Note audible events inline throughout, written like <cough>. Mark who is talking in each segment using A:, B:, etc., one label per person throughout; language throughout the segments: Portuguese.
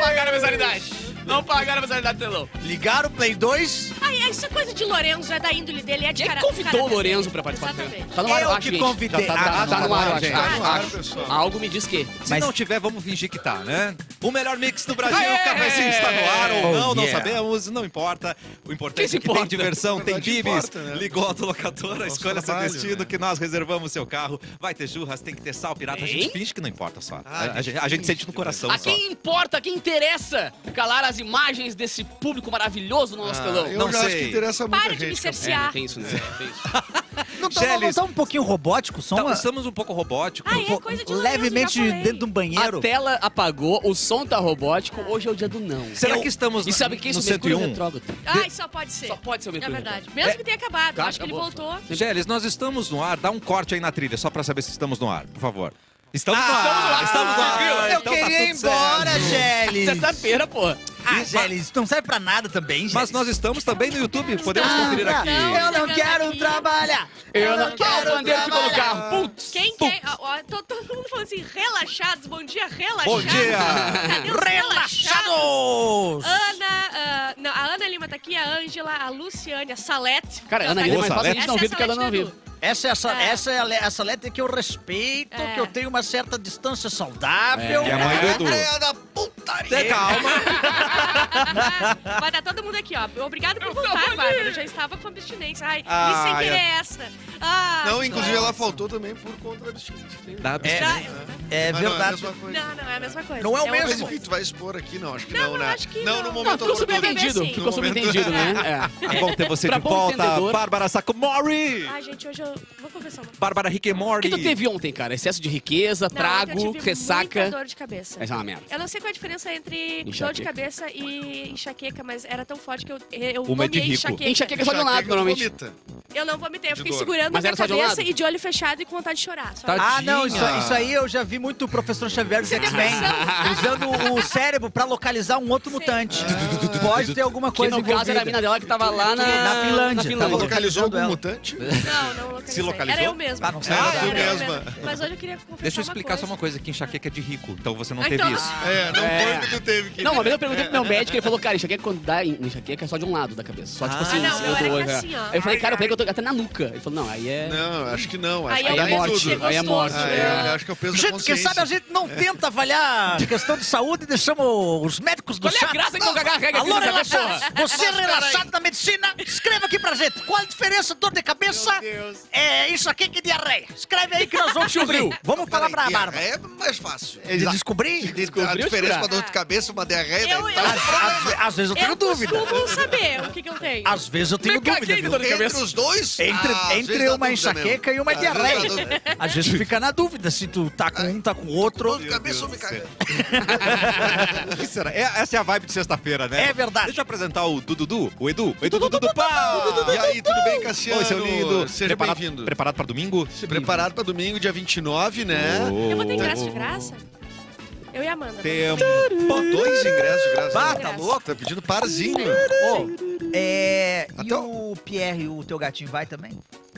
A: pagaram a mensalidade. Não pagaram a mensalidade do telão.
B: Ligaram o Play 2?
C: Ai, essa coisa de Lorenzo é da índole dele, é de
A: Quem
C: cara.
A: convidou
C: cara
A: o
C: dele.
A: Lorenzo pra participar do
C: Exatamente.
D: Tá no ar,
B: Eu
D: acho,
B: que
D: gente. Já
B: convidei.
D: tá, tá,
B: Ah,
D: tá
B: não,
D: no ar,
B: não,
D: eu acho.
B: gente.
D: Tá
E: Tá
D: no
E: no
D: ar.
E: ar, pessoal.
A: Algo me diz que.
B: Se
D: Mas-
B: não tiver, vamos fingir que tá, né? O melhor mix do Brasil,
A: Aê!
B: o cafezinho está no ar ou
D: Oh,
B: não, não
D: yeah.
B: sabemos, não importa. O
A: Quem
B: importante
A: se
B: é que tem
A: importa?
B: diversão, tem
E: Verdade
B: bibis,
E: importa, né?
B: ligou a autolocadora,
E: Nosso
B: escolha seu
E: trabalho,
B: destino
E: né?
B: que nós reservamos seu carro. Vai ter churras, tem que ter sal, pirata, a
A: Hein?
B: gente finge que não importa só.
E: Ah,
B: a, a
E: a
B: gente,
E: gente
B: a gente
E: finge
B: sente no
E: que
B: coração
A: A
B: só.
A: quem importa, a quem interessa calar as imagens desse público maravilhoso no nosso telão?
E: Eu
B: Não
E: já acho
B: sei.
E: que interessa muito.
C: Para de me
A: É, não
C: cercear.
A: tem isso, né? Tem isso.
D: Não tá, não, não
B: Geles.
D: tá um pouquinho robótico? Só
B: Tá-
D: uma...
B: Estamos um pouco robóticos.
C: Ah, é coisa de Lorenzo,
D: levemente
C: já falei.
D: dentro de um banheiro?
A: A tela apagou, o som tá robótico, hoje é o dia do não.
B: Será que estamos
A: E sabe quem
B: no
A: isso? Mercúrio
B: 101?
A: retrógrado.
C: Ai, só pode ser.
A: Só pode ser
C: É
A: o Mercúrio
C: verdade. Mesmo que tenha acabado.
A: Tá,
C: acho que ele
A: acabou.
C: voltou.
B: Geles, nós estamos no ar. Dá um corte aí na trilha, só pra saber se estamos no ar, por favor. Estamos
D: Ah,
B: no ar, estamos no ar.
D: Eu
B: Então tá
D: queria ir
B: tudo certo.
D: embora, Geles.
A: Sexta-feira, pô.
D: Ah, Geles, isso não serve pra nada também, Geles.
B: Mas nós estamos também no YouTube, podemos
D: Ah,
B: conferir aqui.
C: não.
D: Eu não
C: Chegando
D: quero
C: aqui.
D: trabalhar.
A: Eu não quero. O bandeiro ficou no
D: trabalhar.
A: carro. Putz.
C: Quem quer. Ó, ó, tô- todo mundo falando assim, relaxados. Bom dia, relaxados.
B: Bom dia.
C: Cadê os relaxados?
D: Relaxados!
C: Ana, ah, não, a Ana Lima tá aqui, a Ângela, a Luciane, a Salete.
A: Cara, a Ana Lima é mais
B: Nossa,
A: fácil a
B: Alex.
A: gente não
C: Essa é
A: ouvir do que ela não
C: Salete
A: ouvir.
C: do Edu.
D: Essa, essa,
C: É.
D: essa, é a, le- essa letra que eu respeito,
C: É.
D: que eu tenho uma certa distância saudável.
B: É. E a mãe do Edu. é
D: É da putaria.
B: Até calma.
C: Ah, Vai dar todo mundo aqui, ó. Obrigado por voltar, Bárbara. Eu já estava com abstinência. Ai, e sem
B: Ah,
C: querer
B: eu-
C: é essa. Ah,
E: Não, inclusive ela faltou também por conta da abstinência.
B: Dá-
C: Já-
D: É
E: né? Mas
D: verdade.
E: Não, é a mesma coisa.
C: Não, não, é a mesma coisa.
D: Não é o
C: uma
D: mesmo.
E: Mas
C: coisa.
E: enfim, tu vai expor aqui, não. Acho que
C: Não,
E: não,
C: eu
E: né?
C: acho que
E: não.
C: não.
E: no
A: Não,
E: momento
A: ficou
C: oportuno.
A: subentendido.
C: Sim.
A: Ficou
E: No momento-
A: subentendido,
E: <laughs>
A: né?
B: <laughs>
A: É.
B: É bom ter você
A: Pra
B: de
A: bom
B: volta,
A: entendedor.
B: Bárbara Sacomori.
C: Ai, gente, hoje eu vou confessar uma coisa.
B: Bárbara
A: O
B: Riquemori.
A: que tu teve ontem, cara? Excesso de
C: Na
A: riqueza,
C: hora que eu
A: trago,
C: tive
A: ressaca.
C: Muita dor de cabeça.
A: Mas é uma merda.
C: Eu não sei qual é a diferença entre dor de
A: Enxaqueca.
C: cabeça e enxaqueca, mas era tão forte que eu, eu
B: Uma é de
C: nomeei
B: rico.
C: enxaqueca.
A: Enxaqueca é só de um
E: Enxaqueca,
A: lado, normalmente.
E: vomita.
C: Eu não vomitei, eu
E: De
C: fiquei
E: dor.
C: segurando
A: Mas
C: a minha
A: era só de um
C: cabeça
A: lado?
C: e de olho fechado e com vontade de chorar. Só.
A: Tá.
D: Ah, não, isso,
B: Tadinha.
D: isso aí eu já vi muito o professor Xavier dos X-Men usando o cérebro pra localizar um outro mutante. Pode ter alguma
A: Ah. Que
D: coisa
A: no caso era a mina
D: envolvida.
A: dela que tava lá na,
D: Na Finlândia. tá
A: na
D: Tava
A: Finlândia.
E: Localizou algum
D: ela.
E: mutante?
C: É. Não, não localizei.
B: Se localizou?
C: Era eu mesma.
D: Ah, não sei,
C: Era
E: era
C: eu
E: tu mesma.
C: Mas hoje eu queria confessar
B: Deixa eu explicar só uma coisa, que enxaqueca é de rico, então você não teve
C: Então-
B: isso.
E: É, não
A: É.
E: foi o que tu teve que.
A: Não, uma vez eu perguntei pro meu médico, ele falou, cara, enxaqueca quando dá enxaqueca é só de um lado da cabeça. Só tipo
D: Ah,
A: assim,
D: não,
A: em cima
C: eu
A: do
C: era
A: olho.
C: que
A: é.
C: assim, ó.
A: Aí eu
D: Ah,
A: falei,
D: tá.
A: cara, eu pego até na nuca. Ele falou, não, aí é.
E: Não, acho que não. Acho
C: Aí
E: que
C: é
E: dá em
C: morte,
E: tudo.
C: chegou
A: aí é morte.
E: Ah, é,
C: né?
E: acho que eu peso da
D: Gente, quem
E: consciência.
D: sabe a gente não tenta avaliar a questão de saúde e deixamos os médicos do
A: Qual é a
D: chat.
A: graça que eu cagar a regra aqui
D: Alô,
A: nessa
D: relaxados!
A: porra?
D: Você é relaxado na medicina, escreva aqui pra gente. Qual a diferença dor de cabeça? É isso aqui que diarreia. Escreve aí que nós vamos descobrir. Vamos falar pra Bárbara.
E: É mais fácil.
D: De descobrir?
E: A
A: Descobriu,
E: diferença
A: cara?
E: pra dor de cabeça, uma diarreia,
C: Eu-
E: né?
C: eu-
E: Tá
D: Às, às- às vezes eu tenho
C: Eu
D: dúvida.
C: costumo saber o que, que eu tenho.
D: Às vezes eu tenho
A: Me caguei
D: dúvida.
A: de
D: viu?
A: dor de
E: Entre
A: cabeça.
E: os dois?
D: Entre,
E: ah, às
D: entre
E: vezes dá
D: uma
E: dúvida mesmo.
D: enxaqueca e uma
E: Às vezes dá
D: diarreia.
E: dúvida.
D: Às vezes fica na dúvida se tu tá com um, tá com o outro.
E: Dor de cabeça ou me caguei?
B: O <laughs> que será? É- essa é a vibe de sexta-feira, né?
D: É verdade.
B: Deixa eu apresentar o Dududu, o Edu, o Edu Dudu
E: Ah,
B: Pau.
E: E aí, tudo bem, Cassiano?
B: Oi, seu lindo.
E: Seja
B: Preparado-
E: bem-vindo.
B: Preparado pra domingo?
E: Se preparado pra domingo, dia 29, né?
C: Eu vou ter ingresso de graça? Eu e a Amanda. né?
B: Tempo.
E: Pô, dois ingressos de graça.
D: Bah, tá louco?
E: Tá pedindo parzinho.
D: Ô, é, e
E: Até
D: o Pierre, o teu gatinho, vai também?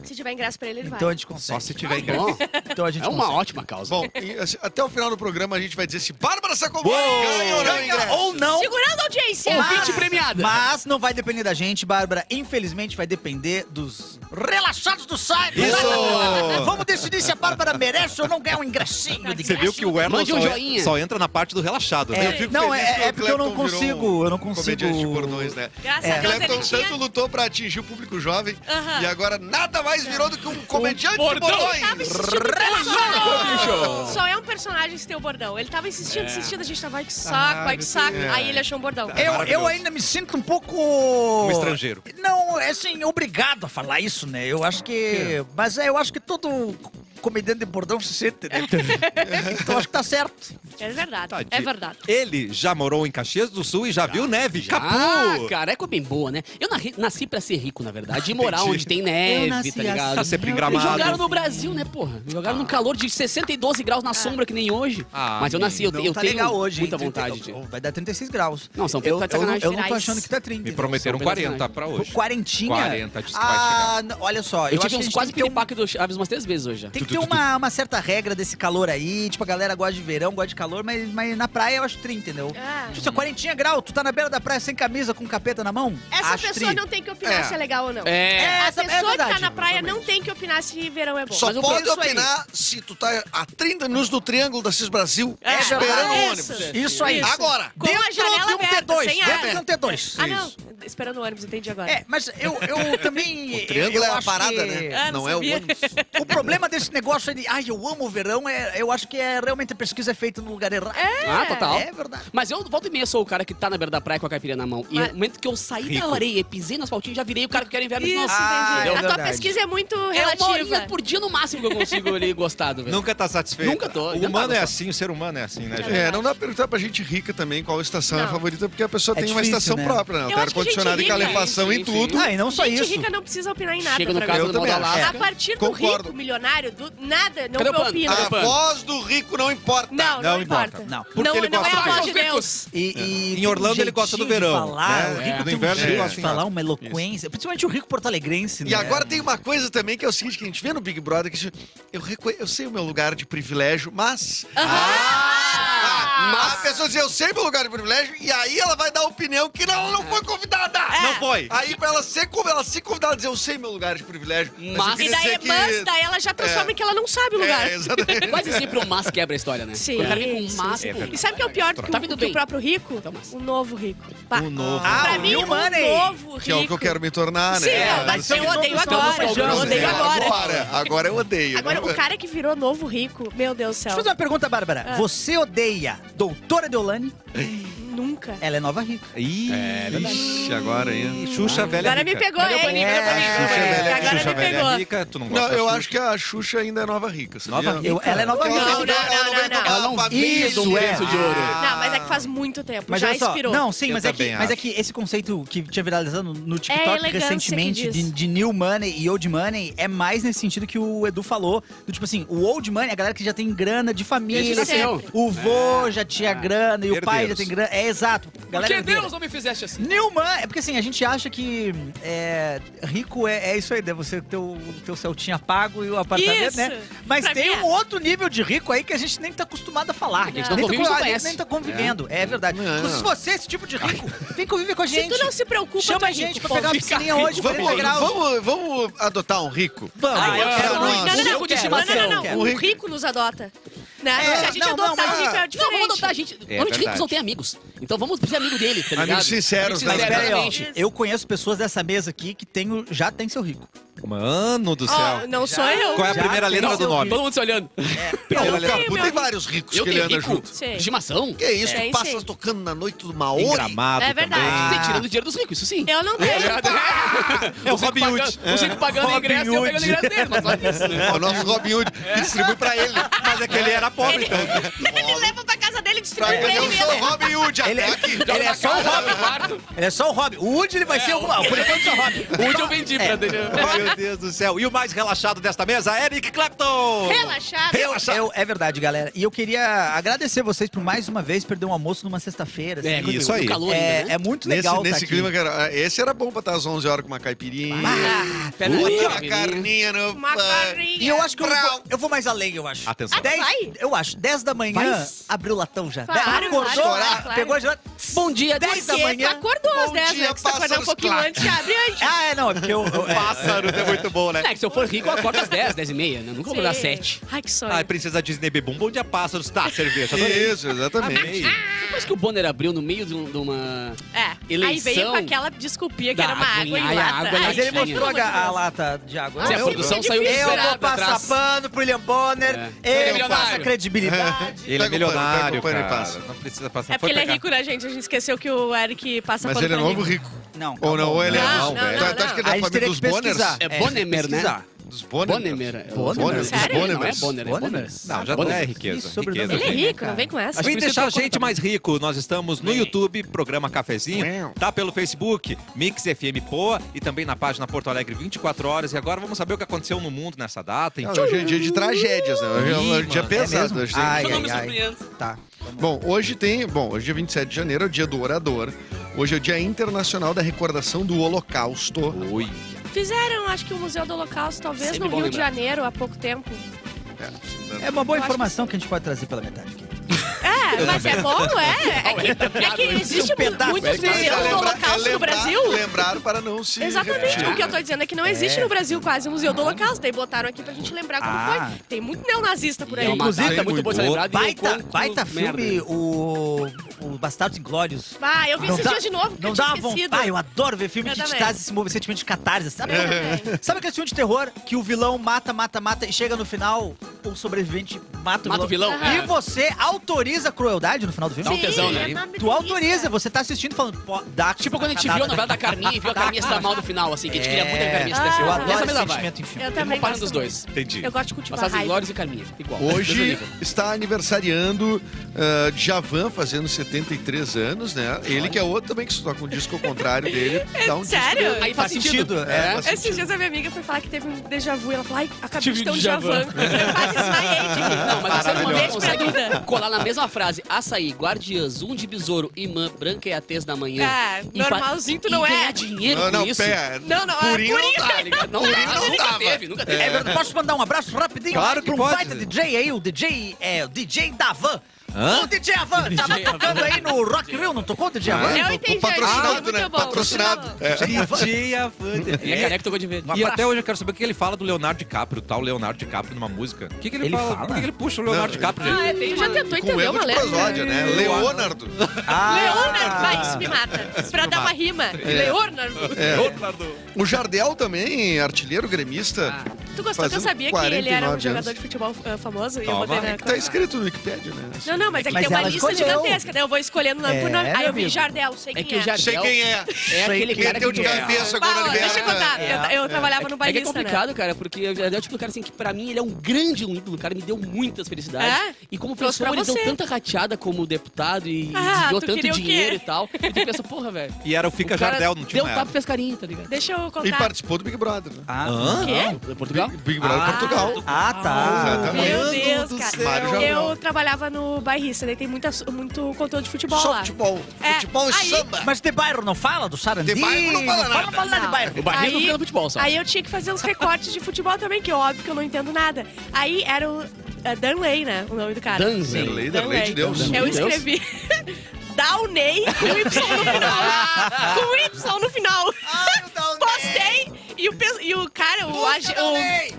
C: Se tiver ingresso pra ele, ele vai.
D: Então a gente
B: Só
D: consegue.
B: se tiver ingresso.
A: tá Bom,
D: Então a gente
A: é uma
D: consegue.
A: ótima causa.
E: Bom, e, assim, até o final do programa a gente vai dizer se Bárbara Sacomori
B: Uou!
E: ganha ou não
D: Ganha
E: ingresso.
D: ou não,
C: Segurando a audiência! Ah,
A: Ouvinte premiada.
D: mas não vai depender da gente, Bárbara. Infelizmente vai depender dos relaxados do site.
B: Isso!
D: Vamos decidir se a Bárbara merece ou não ganhar um ingressinho de
B: Você viu que o Erlon
A: Mande
B: só,
A: um joinha.
B: só entra na parte do relaxado,
D: É,
B: né?
E: Eu fico
D: não,
E: feliz que
D: é,
E: o
D: é porque eu não
E: Clapton virou um
D: consigo. Eu não consigo.
E: Comediante de cordões, né?
C: Graças a
D: É.
C: Deus ele
E: Clepton
C: tinha...
E: tanto lutou pra atingir o público jovem
C: Aham.
E: e agora nada mais virou do que um comediante de
A: bordão.
C: Ele tava
E: bordões.
C: insistindo
A: Relaxou,
C: bicho! Só é um personagem esse teu bordão. Ele tava insistindo, insistindo, a gente tava, ai que saco, ai que saco. Aí ele achou um bordão.
D: Eu, eu
B: Maravilhoso.
D: ainda me sinto um pouco.
B: Um estrangeiro.
D: Não, é assim, obrigado a falar isso, né? Eu acho que. Mas é, eu acho que todo comediante de bordão se sente, né? <laughs> então acho que tá certo.
C: É verdade,
B: Tadinho.
C: é verdade.
B: Tá, Ele já morou em Caxias do Sul e já, viu neve.
D: tá
A: Ah,
B: Capu!
A: cara, é coisa bem boa, né? Eu narri- nasci pra ser rico, na verdade, e morar
B: Entendi.
A: onde tem neve,
D: Ah, Eu nasci assim.
A: tá ligado?
B: Tá sempre
A: Me jogaram
B: engramado.
A: no Brasil, né, porra? Me jogaram no calor de 62 graus na sombra, que nem hoje.
B: Ah,
A: Mas eu nasci, eu,
D: Ah. Não
A: eu
D: tá
A: tenho
D: legal hoje, hein? um-
A: muita
D: 30
A: vontade de...
D: Vai dar 36 graus.
A: Não, São
D: Eu,
A: Pedro tá de
D: eu não,
A: sacanagem.
D: eu não tô achando que tá 30.
B: Me
D: né?
B: prometeram
A: São Pedro
B: 40 pra hoje.
D: Quarentinha?
B: 40, diz que vai
D: ah, vai chegar. Olha só, eu, acho
A: Eu
D: que
A: tive
D: a
A: uns
D: gente
A: quase
D: tem que ter um-
A: piripaque do Chaves umas três vezes hoje já.
D: Tem que
B: Tu,
D: ter uma, uma certa regra desse calor aí. Tipo, a galera gosta de verão, gosta de calor, mas, mas na praia eu acho tri, entendeu?
C: Ah.
D: Tipo, se é 40 grau, tu tá na beira da praia sem camisa, com um capeta na mão?
C: Essa
D: acho
C: pessoa
D: tri.
C: não tem que opinar
E: É.
C: se é legal ou não.
A: É.
C: A
D: Essa- é
C: pessoa que tá
D: verdade,
C: na praia não
D: exatamente.
C: tem que opinar se verão é bom.
E: Só
D: Mas o
E: pode
D: ponto é isso aí.
E: opinar se tu tá a 30 minutos do Triângulo da Cis Brasil
A: É,
E: esperando
C: é
E: o
C: isso.
E: ônibus.
D: Isso aí.
C: Isso.
E: Agora!
C: Com a janela
D: de um
C: aberta,
D: T2,
C: sem
D: dentro
C: ar.
D: de um T2.
C: Ah, não. Esperando o ônibus, entendi agora.
D: É, mas eu,
C: <laughs>
D: eu também.
E: O
D: eu
E: Triângulo é a
D: acho
E: parada,
D: que-
E: né?
F: Ah, não
E: não é o
F: sabia.
E: ônibus.
D: O problema desse negócio é de, ai, eu amo o verão, é, eu acho que é realmente a pesquisa é feita no lugar errado. É,
A: Ah, total.
D: é verdade.
A: Mas eu, volta e meia, sou o cara que tá na beira da praia com a caipirinha na mão. E
F: Mas-
A: no momento que eu saí
B: Rico.
A: da areia, pisei no asfaltinho, já virei o cara que quer inverno de
F: Isso,
A: novo.
D: Ah,
A: entendeu?
C: a tua
D: verdade.
C: pesquisa é muito
A: É uma
C: relativa.
A: horinha por dia no máximo que eu consigo ali gostado, velho.
B: Nunca tá satisfeito.
A: Nunca tô,
B: O humano
A: tentado
B: é
A: só.
B: assim, o ser humano é assim, né, gente?
E: É, não dá pra perguntar pra gente rica também qual estação é a
C: Não.
E: favorita, porque a pessoa
D: É
E: tem uma
D: difícil,
E: estação
D: né?
E: própria, né?
C: Eu
E: Tem
C: acho que gente
E: ar-condicionado e
C: rica-
E: calefação
A: Sim, sim,
E: em tudo.
D: Ah, e não só
C: Gente
D: isso.
C: rica não precisa opinar em nada.
A: Chega no
C: pra
A: caso
C: mim.
A: do É. modo
E: também acho.
A: Alasca.
C: A partir do
E: Concordo.
C: rico, milionário, do nada, não
A: Cadê o pano?
C: opina.
A: Cadê
E: A
A: o pano?
E: voz do rico não importa.
C: Não, não,
B: Não importa.
C: importa.
D: Não.
B: Porque
C: não,
B: ele
C: não
B: gosta
C: é a
B: disso.
C: voz de Deus.
D: E, e
B: Em
D: tem um
B: Orlando ele gosta do
D: jeitinho de
B: verão,
D: Falar,
B: né?
D: O
A: É.
D: rico
B: Do
D: tem um
B: inverno ele
D: jeito
B: gosta
D: de
B: de
D: falar, uma eloquência. Principalmente o rico porto-alegrense, né?
E: E agora tem uma coisa também que é o seguinte, que a gente vê no Big Brother, que eu, reco- eu sei o meu lugar de privilégio, mas... Ah, A pessoa diz, eu sei meu lugar de privilégio, e aí ela vai dar a opinião que não, ela não foi convidada.
B: Não foi.
E: Aí pra ela ser, conv- ela ser convidada, dizer, eu sei meu lugar de privilégio. eu
A: Mas-
E: queria
C: E daí,
E: dizer que-
C: mas, daí ela já transforma
E: É.
C: em que ela não sabe o lugar.
E: É, exatamente.
A: Quase sempre o mas quebra a história, né?
C: Sim,
A: O cara vem com
C: sim,
A: mas.
C: sim.
A: pô.
C: E sabe o que é o pior que,
A: Tá
C: o,
A: vindo
C: que o
A: bem.
C: próprio rico?
A: Então, mas-
C: O novo rico. Pá.
B: O novo.
D: Ah,
C: pra
D: o
C: mim,
D: new
C: o
D: money.
C: novo rico.
E: Que é o que eu quero me tornar,
C: Sim,
E: né?
C: não,
E: É,
C: mas
E: não sei
C: eu
E: o quê.
C: odeio
D: Estamos
C: agora.
D: faltando.
C: um Eu odeio agora.
E: Agora, agora eu odeio.
C: Agora,
E: né?
C: o cara que virou novo rico, meu Deus do céu.
D: Deixa eu fazer uma pergunta, Bárbara.
C: Ah.
D: Você odeia Doutora Deolane?
C: Nunca.
D: Ela é nova rica.
B: Ih, ixi, É, agora aí. Xuxa velha é
C: Agora
B: rica. Tá,
C: me pegou,
A: Cadê o
C: hein?
A: paninho? Cadê o paninho? Cadê o
B: Xuxa
C: É,
B: velha,
C: agora
B: Xuxa
C: me
B: velha
C: pegou.
B: rica, tu não
E: Não,
B: gosta
E: eu
B: da
E: acho que a Xuxa ainda é nova rica, sabia?
B: Nova rica.
D: Eu- ela é nova
E: Ela
D: rica.
C: Não,
E: não
C: não,
E: vem- ela é não
C: não,
E: vem
C: não,
E: tocar
A: Ela não
E: uma
A: vive
E: vez
A: do
E: um
A: berço de ouro.
C: Não, mas é que faz muito tempo.
D: Mas
C: já
D: olha só,
C: expirou.
D: não, sim,
B: Eu
D: mas é, que,
B: também
D: mas é
B: acho.
D: que esse conceito que tinha viralizando no
C: É a
D: TikTok
C: elegância que
D: recentemente
C: diz.
D: de, de new money e old money é mais nesse sentido que o Edu falou, do tipo assim, o old money é a galera que já tem grana de família,
A: Desde nasceu.
D: o vô já tinha grana e o pai já
B: Ah, Herdeiros.
D: tem grana, é exato,
A: Por
D: galera
A: que
D: herdeira.
A: Deus não me fizeste assim?
D: New money, é porque assim, a gente acha que é, rico é, é isso aí, né? Você ter o teu Celtinha pago e o apartamento,
C: Isso.
D: né? Mas
C: Pra
D: tem
C: mim é.
D: um outro nível de rico aí que a gente nem tá acostumado a falar.
A: gente não
D: nem,
A: convive,
D: tá,
A: não
D: a gente
A: conhece.
D: nem tá convivendo, é, verdade.
E: Não.
D: Inclusive, você, esse tipo de rico, vem conviver com a
C: Se
D: gente.
C: tu não se preocupa, tu
D: Chama
C: é
D: a gente
C: rico,
D: pra pegar uma
C: pô.
D: piscininha hoje, 40
E: Vamos,
D: graus.
E: vamos, vamos adotar um rico?
D: Vamos.
A: Ah, eu quero
C: Não,
E: nós.
C: não, não, não,
A: Rico de
C: não,
A: estimação.
C: não, não, não.
E: O
C: O
E: rico-
C: rico nos adota. Né?
D: É,
C: Se a gente
D: não,
C: adotar
D: não,
C: a gente, é
A: Não,
C: diferente.
A: vamos adotar a gente. Normalmente
B: verdade.
A: ricos não tem amigos. Então vamos ser amigo dele, tá ligado?
E: Amigos
A: Amigos
E: sinceros,
D: Mas
E: né?
D: peraí, ó,
A: exatamente.
D: eu conheço pessoas dessa mesa aqui que tem o- já tem seu rico.
B: Mano do
C: Ó,
B: céu.
C: Oh, não sou eu.
B: Qual é a
D: Já
B: primeira
D: tem
B: letra do
D: seu
B: nome?
A: Todo mundo se olhando.
E: Não,
B: Primeira
E: o
B: letra.
E: Capu é tem vários ricos
A: Eu
E: que ele
A: tenho
E: anda
A: rico
E: junto.
C: Sim.
A: de estimação?
E: Que isso,
C: É,
E: tu
C: sim.
E: passas tocando na noite do Maori.
B: Tem gramado
C: É verdade.
A: Você tirando o dinheiro dos ricos, isso sim. Tá
C: Eu não tenho.
A: É o Robin Hood. O Zico pagando
D: Robin
A: ingresso e eu pegando
D: Hood.
A: ingresso dele, mas olha isso, né?
E: O nosso Robin Hood que distribui pra ele.
B: Mas é que ele era pobre, então.
C: <laughs> Ele leva pra casa dele e
E: Pra
C: distribui pra
E: ele, eu
C: ele mesmo.
E: sou o Robin Hood
D: Ele
E: até
D: é-
E: aqui.
D: <laughs> ele é só o Robin.
A: Quarto.
D: Ele é só o Robin. O Woody ele
B: É.
D: vai ser alguma. Por enquanto só o Robin.
A: Hoje eu vendi
D: É.
A: pra deixar.
B: Meu Deus do céu. E o mais relaxado desta mesa, Eric Clapton.
C: Relaxado.
D: Eu, eu- é verdade, galera. E eu queria agradecer vocês por mais uma vez perder um almoço numa sexta-feira.
A: É,
D: assim.
B: isso aí.
A: O calor
D: É,
A: ainda, né?
D: é muito
E: Nesse,
D: legal.
E: nesse
D: tá
E: clima,
D: aqui.
E: cara, ah, esse era bom pra estar às 11 horas com uma caipirinha.
D: é.
A: Pera aí,
E: Puta, uma
A: Gabriel.
E: carninha no...
C: Uma carinha.
D: E eu acho que eu
E: Brau.
D: vou, eu vou mais além, eu acho.
B: Atenção.
C: Ah, tu vai?
D: Eu acho. 10 da manhã,
A: Vai?
D: abriu o latão já.
C: Claro,
D: Dez- acordou, ah,
C: claro, claro.
D: pegou a gelada.
A: Bom dia,
D: Dez
C: Porque
D: da manhã.
C: tu acordou às
E: Bom
C: 10,
E: dia,
C: né? Que você acordou um
E: pássaros
C: pouquinho
E: claro.
C: antes, já abre antes.
D: Ah, é, não, é porque eu. eu- é,
B: Pássaro, é muito bom, né?
A: É, que se eu for rico, eu acordo às 10, 10 e meia, né? Nunca vou acordar às
C: Sim.
A: 7.
C: Ai, que sonho.
B: Ai, princesa Disney Bebum, bom dia, pássaros. Tá, cerveja. adorei.
E: Isso, exatamente.
B: Amei.
A: Depois que o Bonner abriu no meio de, um- de uma...
C: É. Aí
A: Eleição.
C: veio com aquela desculpinha que
A: Da
C: era uma água
A: aguinha,
C: em
A: ai, a água
C: lata.
D: Mas
A: em
D: ele
A: latinha.
C: Pelo
D: mostrou
C: amor de
D: a, a
C: Deus. É
D: lata de água.
A: Se
D: Ah,
A: a
D: eu-
A: produção
C: fiquei
A: saiu
C: difícil.
D: Eu
A: desesperada
D: vou
A: pra
D: passar
A: trás.
D: pano pro William Bonner.
A: É
D: Eu
A: milionário.
D: passo a credibilidade.
B: Ele é
E: Pega o pano, pega
B: milionário,
E: o pano e
B: cara.
E: passa.
B: Não precisa passar.
C: É porque ele
B: Foi
C: é
B: pegar.
C: rico, né, gente? A gente esqueceu que o Eric passa
E: Mas
C: pano
E: ele é
C: pra
E: novo
C: rico.
E: rico.
D: Não,
E: Ou não,
D: calma.
E: ou ele é
C: Não,
E: não,
C: não,
E: velho.
C: não,
E: Tu- Tu acha que ele
D: A
E: é da
D: gente
E: família
D: teria
E: dos
D: que
E: Bonners?
D: pesquisar. né?
A: É Bonnemer, né?
D: pesquisar.
E: Dos Bonners?
A: Bonemer. é
D: Bonemer?
A: Bonemer.
C: Sério?
A: Não é
E: Bonemer.
A: Bonner, é Bonner.
D: Não,
B: já não é
D: Bonner.
B: riqueza,
D: Isso, sobrenome
B: riqueza.
C: Ele é
D: dele,
C: rico,
D: cara.
C: não vem com essa.
A: Acho
B: Vem
A: que por isso
B: deixar
A: eu tô
B: gente mais rico. Nós estamos no
A: Vem.
B: YouTube, programa Cafezinho. Tá pelo Facebook, Mix FM Poa e também na página Porto Alegre 24 horas. E agora vamos saber o que aconteceu no mundo nessa data.
E: Não, hoje é dia de tragédias, né? Hoje, é-
B: Ih,
E: hoje é
B: mano, é
E: pesado.
D: mesmo?
E: hoje tem-
D: Ai,
A: Só não me
D: ai, ai.
A: surpreende.
D: Tá.
E: Bom, hoje tem. Bom, hoje é dia 27 de janeiro, é o dia do orador. Hoje é o dia internacional da recordação do Holocausto.
B: Oi.
C: Fizeram, acho que o Museu do Holocausto, talvez,
A: Sempre
C: no
A: bom
C: Rio de
A: lembrar.
C: Janeiro, há pouco tempo.
D: É uma boa
G: Eu acho
D: informação que a gente pode trazer pela metade aqui.
C: É, mas é bom, é. É que, é que existe
H: Um pedaço.
C: muitos
E: Mas é
C: museus do
E: lembrar- é
C: Holocausto no
E: lembrar-
C: Brasil.
E: Lembrar para não se
C: Exatamente,
E: repetir.
C: o que eu tô dizendo é que não existe no Brasil quase um museu do Holocausto. Daí botaram aqui pra gente lembrar como
D: Ah.
C: foi. Tem muito neonazista por
A: E
C: aí.
A: é uma
D: Inclusive, tá
A: data muito boa de ser lembrada. e eu
D: Baita,
A: conto
D: baita
A: merda.
D: filme, o, o Bastardos Inglórios.
C: Ah, eu vi
D: Não
C: esse
D: dá-
C: dia de novo, porque
D: Não
C: eu
D: dá
C: tinha
D: uma
C: esquecido.
D: vontade. Eu adoro ver filme
C: Eu
D: que te
C: também.
D: traz esse movimento, sentimento de catarse. Sabe,
C: É, Eu
A: É.
C: também.
D: sabe aquele filme de terror que o vilão mata, mata, mata e chega no final, o sobrevivente mata o
A: Mata o
D: vilão?
A: vilão.
D: E você autoriza a crueldade no final do filme?
A: <laughs> Dá um tesão, né?
G: é uma
D: Tu
G: delícia.
D: autoriza, você tá assistindo falando, pô, dá. né?"
A: Tipo quando a gente
D: dá-
A: viu a novela da Carminha e viu a Carminha se dar mal no final, assim, que a gente queria muito a Carminha se
C: Ah,
A: dar
D: Eu
A: mal.
D: Tá É. adoro
A: Nessa
D: esse
A: mesma vai.
D: sentimento em filme.
C: Eu também
A: Comparando
C: gosto
A: os dois.
B: Entendi.
C: Eu gosto de cultivar
A: Passar
C: raiva.
A: Glórias e Carminha. Igual. Mesmo
E: Hoje
A: nível.
E: está aniversariando ah, Djavan, fazendo 73 anos, né? Ele que é outro também que se toca um disco ao contrário dele. dá um disco
C: Sério?
A: Aí faz
D: Faz
A: sentido.
D: sentido,
E: é.
A: É.
C: Esses dias a minha amiga foi falar que teve um déjà vu. Ela falou, ai, acabei
A: Tive
C: de ter um
A: um
C: déjà
A: déjà
C: vu. Eu quase desmaiei de mim.
A: Não, mas você não
E: Maravilhoso.
A: mesmo
C: Beijo pra
A: consegue
C: Duda.
A: colar na mesma frase açaí, guardiãs, um de besouro, imã, branca e atez da manhã.
C: Ah,
A: E fa-
C: normalzinho tu
A: e
C: não é.
A: ganhar dinheiro
E: Ah, Não,
A: com
E: não,
A: isso.
E: pera.
C: Não, não, é
E: Purinho não
A: Tá ligado? Não, dá,
E: não
A: nunca
E: dava.
A: teve, nunca teve.
D: É verdade, posso mandar um abraço rapidinho?
B: Claro que
D: pra um
B: pode.
D: baita DJ aí, o DJ, é, o DJ Davan.
B: Hã?
D: O DJ Avan tava tá tocando aí no Rock in Rio, não tocou o DJ Avan?
E: Ah,
G: Eu entendi.
E: patrocinado,
G: muito
E: né?
G: bom, muito
E: Patrocinado. é,
G: bom.
B: <laughs> Tia Vander.
A: E a caneca tocou de vez.
D: Um
B: E
D: abraço.
B: até hoje eu quero saber o que ele fala do Leonardo DiCaprio, o tal Leonardo DiCaprio numa música. O que, que ele,
D: Ele
B: fala?
D: fala?
B: Por que, que ele puxa o Leonardo
E: Não,
B: DiCaprio,
G: Ah,
B: gente?
G: é,
C: um
G: tem- já
C: né?
G: tentou
E: com
G: entender
E: erro
G: uma
E: de
G: letra.
E: prosódia, né? Leonardo. é.
D: Ah.
G: Leonardo, vai, isso me mata. Pra dar uma rima.
A: É.
G: Leonardo.
E: O Jardel também, artilheiro gremista.
C: Tu gostou que eu
E: Fazendo
C: sabia que ele era
E: 49
C: um
E: anos.
C: jogador de futebol ah, famoso? E eu
B: Toma.
C: botei na...
E: Tá escrito no Wikipedia, né?
C: Não, não, mas é que
D: Mas
C: tem uma
D: ela
C: lista
D: escolheu.
C: gigantesca, daí eu vou escolhendo o nome por
D: É,
C: nome. Aí
D: meu
C: eu vi
D: amigo.
C: Jardel, sei quem
A: É
C: é.
A: que o Jardel
E: Sei quem é.
A: é aquele
E: Quem
A: cara
E: deu de
A: que...
C: Ah,
E: cabeça agora
C: ó,
E: ele
C: deixa eu contar.
D: É.
C: Eu, eu trabalhava no
A: É que é
C: bairrista, né?
A: complicado, cara, porque eu já deu tipo, cara, assim, que pra mim ele é um grande um ídolo, cara, me deu muitas felicidades.
C: É?
A: E como
C: Trouxe
A: pessoa,
C: pra
A: ele deu
C: você.
A: tanta rateada como deputado e
C: Ah,
A: desviou
C: tu
A: tanto
C: queria o quê?
A: dinheiro e tal. E tu pensa, porra, velho.
B: E era o Fica
A: o cara
B: Jardel, não tinha
A: Deu um
B: era.
A: tapa e fez carinho, tá ligado?
C: Deixa eu
E: E
C: contar.
E: participou do Big Brother, né?
D: Ah,
B: Hã?
C: Quê?
A: De Portugal?
E: Big Brother
D: Ah.
E: Portugal.
D: Ah, tá.
E: Exatamente.
C: Meu
B: Mano
C: Deus,
B: do
C: cara.
E: Mário Jardel.
C: Eu trabalhava no bairrista, daí tem muita, muito conteúdo de futebol
E: Só
C: lá.
E: futebol.
C: É,
E: Futebol e
C: aí-
E: samba.
D: Mas de bairro não fala do Sarandi?
E: De bairro não fala nada.
D: Não fala nada de
C: Não.
A: O
D: bairro.
A: barril não
C: Aí-
A: fica no futebol, só.
C: Aí eu tinha que fazer uns recortes de futebol também, que é óbvio que eu não entendo nada. Aí era o é Danley, né? O nome do cara.
A: Danzen.
E: Danley, Danley de Deus.
C: Eu
A: Meu Deus.
C: escrevi <laughs> Downey com Y no final. com Y no final. Postei e o, pe- e o cara, o, ag-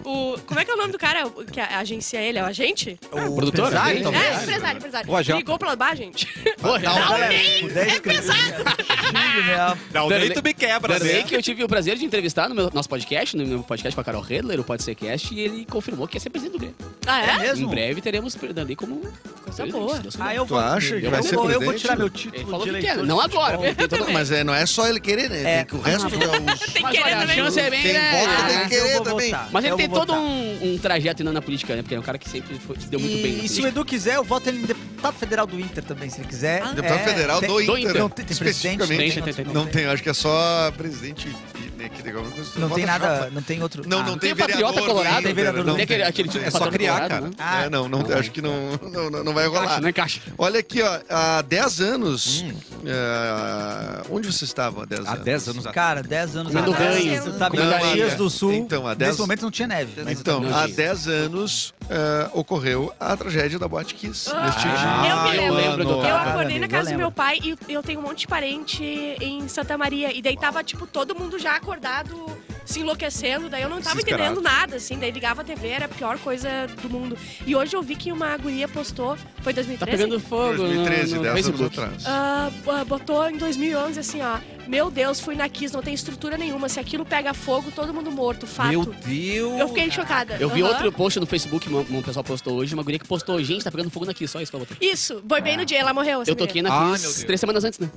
C: o, o. Como é que é o nome do cara? O Que a- agencia ele? É o agente?
D: O
A: produtor,
D: empresário,
A: né?
D: talvez.
C: É, empresário, empresário.
B: O agente.
C: Ligou pra lá, gente.
A: Porra,
D: Galera,
C: Downey!
D: puder
A: É
D: escrever, né?
B: Não,
A: Danley-
B: nem tu me quebra,
A: Danley
B: né?
A: que eu tive o prazer de entrevistar no meu, nosso podcast, no meu podcast com a Carol Redler, o Pode Ser Cast, e ele confirmou que ia ser presidente do Grêmio.
C: Ah,
D: É
C: é?
A: Em
D: mesmo?
A: breve teremos Danley como...
C: Coisa
A: presidente,
C: boa.
A: se Deus quiser.
D: Ah, eu
E: Tu
D: vou.
E: acha que
D: eu
E: vai
D: vou,
E: ser
D: Eu vou
E: presidente?
D: tirar meu
A: Ele
D: título
A: falou
D: de
A: que
D: eleitor.
A: quer, não
D: de
A: agora.
D: futebol. então.
A: porque todo-
E: Não, mas é, não é só ele querer, né?
D: É.
E: Tem que o resto é
C: Tem
E: os...
C: que
A: <laughs> Mas
C: querer
A: olha, a
C: também.
A: chance é bem,
E: Quem
A: né?
E: vota
A: Ah,
E: tem que querer
D: Eu vou
E: também.
D: votar.
A: Mas ele
D: Eu
A: tem
D: vou
A: todo
D: votar.
A: um, um trajeto ainda na política, né? Porque é um cara que sempre foi- se deu muito bem. na
D: E se o
A: política.
D: Edu quiser, eu voto ele em deputado federal do Inter também, se ele quiser.
E: Deputado
D: É,
E: federal
D: tem-
E: do
A: do
E: Inter.
A: Inter.
D: Não, tem- tem presidente,
E: especificamente.
A: tem- tem- tem-
E: Não tem, acho que é só presidente e, né, que legal.
D: Não tem
E: Bota
D: nada,
E: chapa.
D: não tem outro.
E: Não,
D: Ah.
E: não
A: Tem
E: tem,
A: o patriota
E: vereador do
A: colorado,
E: Inter,
D: tem vereador do
E: não
A: Tem aquele, aquele tipo
E: É
A: de
E: só
A: pastor
E: criar,
A: colorado,
E: cara.
A: né?
D: Ah,
E: é, não, não,
A: não né?
E: acho que não, não, não- não
D: é
E: vai rolar.
D: né?
A: Não encaixa.
E: Olha aqui, ó, há 10 anos. é, onde você estava há 10
B: Há
E: anos?
B: 10 anos atrás.
D: Cara, 10 anos
A: Comendo
D: atrás,
C: ganho,
D: eu tava
E: comendo
D: em Caxias
E: ganho.
D: do Sul.
E: Então, há dez-
D: Nesse momento não tinha neve. mas-
E: Então,
A: Não,
E: há
A: gente.
E: 10 anos é, ocorreu a tragédia da Boate Kiss.
C: Ah,
E: neste
C: eu me
E: dia.
C: lembro.
A: lembro Tá do
C: Eu
D: Ah,
C: acordei
D: amigo,
C: na
D: eu
C: casa do
D: lembro.
C: meu pai e eu tenho um monte de parente em Santa Maria. E daí tava, tipo, todo mundo já acordado, se enlouquecendo. Daí eu não tava
B: Desesperado.
C: entendendo nada, assim. Daí ligava a TV, era a pior coisa do mundo. E hoje eu vi que uma guria postou, foi
A: Tá
C: 2013?
A: pegando fogo
E: 2013,
A: no, no
E: 10 anos
A: Facebook.
E: atrás.
C: Ah, ah, botou em 2011 assim, ó. Meu Deus, fui na Kiss, não tem estrutura nenhuma. Se aquilo pega fogo, todo mundo morto, fato.
B: Meu Deus.
C: eu fiquei chocada.
A: Eu vi
C: Aham.
A: outro post no Facebook, um, um pessoal postou hoje, uma guria que postou, gente, tá pegando fogo naqui, só isso que ela botou.
C: Isso, foi bem no dia, ela morreu. essa
A: Eu toquei
B: Ah,
A: na
B: meu
A: Kiss
B: Deus.
A: três semanas antes, né?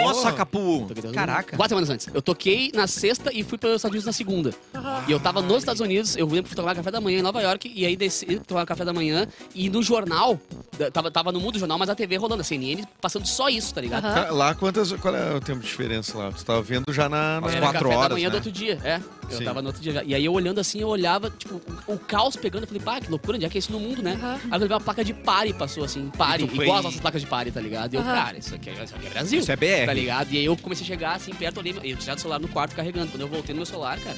B: Nossa, Capu.
A: Toquei três-
D: Caraca.
A: Quatro semanas antes. Eu toquei na sexta e fui para os Estados Unidos na segunda.
C: guria.
B: Ah.
C: Aham.
A: E eu tava nos Estados Unidos, eu lembro que fui tomar café da manhã em Nova York, e aí desci, tomar café da manhã, e no jornal, da- tava, tava no mundo jornal, mas a TV rolando, a CNN passando só isso, tá ligado?
C: Aham.
E: Tá, Lá quantas. Qual é o tempo de diferença lá? Tu tava vendo já na. na...
B: Às
A: Era
B: quatro
A: café
B: horas,
A: da manhã
B: né?
A: do outro dia, é. Eu
E: Sim.
A: tava no outro dia já. E aí eu olhando assim, eu olhava, tipo, o, o caos pegando, eu falei, pá, que loucura, onde é que é isso no mundo, né?
C: Aham.
A: Aí eu levei uma placa de pare, passou assim, pare,
B: E tu
A: igual
B: foi-
A: as nossas placas de pare, tá ligado? E eu,
C: Aham.
A: cara, isso aqui, é- isso aqui é Brasil.
B: Isso é BR.
A: Tá ligado? E aí eu comecei a chegar assim perto ali, eu tinha o celular no quarto carregando. Quando eu voltei no meu celular, cara,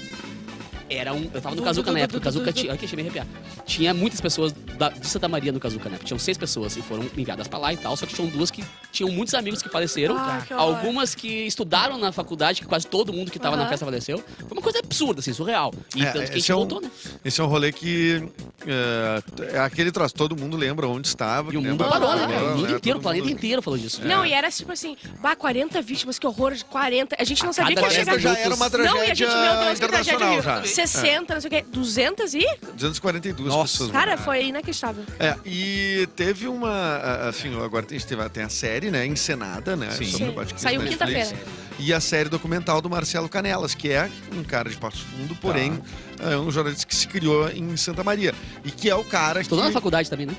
A: Era um. Eu tava no Kazuca na época. O Kazuca tinha. Aqui, achei me arrepiar. Tinha muitas pessoas da, de Santa Maria no Kazuca, né? Tinham seis pessoas e foram enviadas pra lá e tal. Só que tinham duas que tinham muitos amigos que faleceram.
C: Ah, que horror.
A: algumas que estudaram na faculdade, que quase todo mundo que tava na
C: Aham.
A: festa faleceu. Foi uma coisa absurda, assim, surreal. E
E: É,
A: tanto que a gente
E: esse é um-
A: voltou, né?
E: Esse é um rolê que. É, é aquele troço, todo mundo lembra onde estava.
A: E o mundo
E: lembra-
A: parou, né? cara?
E: lembra,
A: O mundo
E: né?
A: inteiro, o
E: Todo
A: planeta
E: mundo- É.
A: inteiro falou disso.
C: Não, e era tipo assim, bah, 40 vítimas, que horror, 40. A gente não sabia É que ia
A: 40
C: chegar.
E: 40 já era uma tragédia
C: não, e a gente, meu Deus, que
E: internacional
C: tragédia.
E: já.
C: 60, não sei o quê. 200 e?
E: 242
B: Nossa.
E: pessoas.
C: Cara, foi inacreditável.
E: É, e teve uma. a- Assim, agora tem, teve- tem a série, né? Encenada, né?
B: Sim.
E: sobre o
C: Sim.
E: Batman
C: Saiu
E: Netflix.
C: quinta-feira.
E: E a série documental do Marcelo Canelas, que é um cara de Passo Fundo, porém,
A: Tá.
E: é um jornalista que se criou em Santa Maria. E que é o cara que.
A: Estudou na faculdade também, né?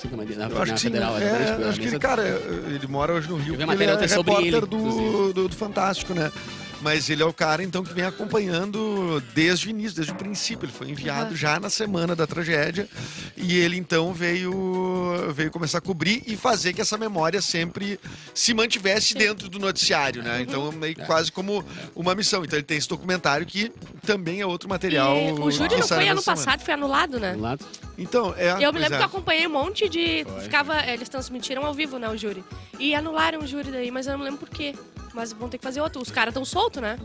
A: Santa Maria, na,
E: Eu acho
A: na
E: que sim.
A: Federal.
E: né?
A: era,
E: É,
A: tipo,
E: acho que ele,
A: mesma-
E: cara, ele mora hoje no Rio.
A: Eu vi a
E: porque
A: matéria
E: ele é
A: ontem sobre
E: repórter
A: ele,
E: do,
A: inclusive.
E: do, do Fantástico, né? Mas ele é o cara, então, que vem acompanhando desde o início, desde o princípio. Ele foi enviado já na semana da tragédia. E ele, então, veio, veio começar a cobrir e fazer que essa memória sempre se mantivesse dentro do noticiário, né? Então, é meio que quase como uma missão. Então, ele tem esse documentário que também é outro material.
C: E o
E: que
C: júri não
E: saiu
C: foi ano
E: nessa semana.
C: passado, foi anulado, né?
A: Lá,
E: Então, é.
C: Eu me
E: pois
C: lembro
E: é.
C: que eu acompanhei um monte de. Ficava, eles transmitiram ao vivo, né, o júri. E anularam o júri daí, mas eu não lembro por quê. Mas vão ter que fazer outro. Os caras estão soltos, né?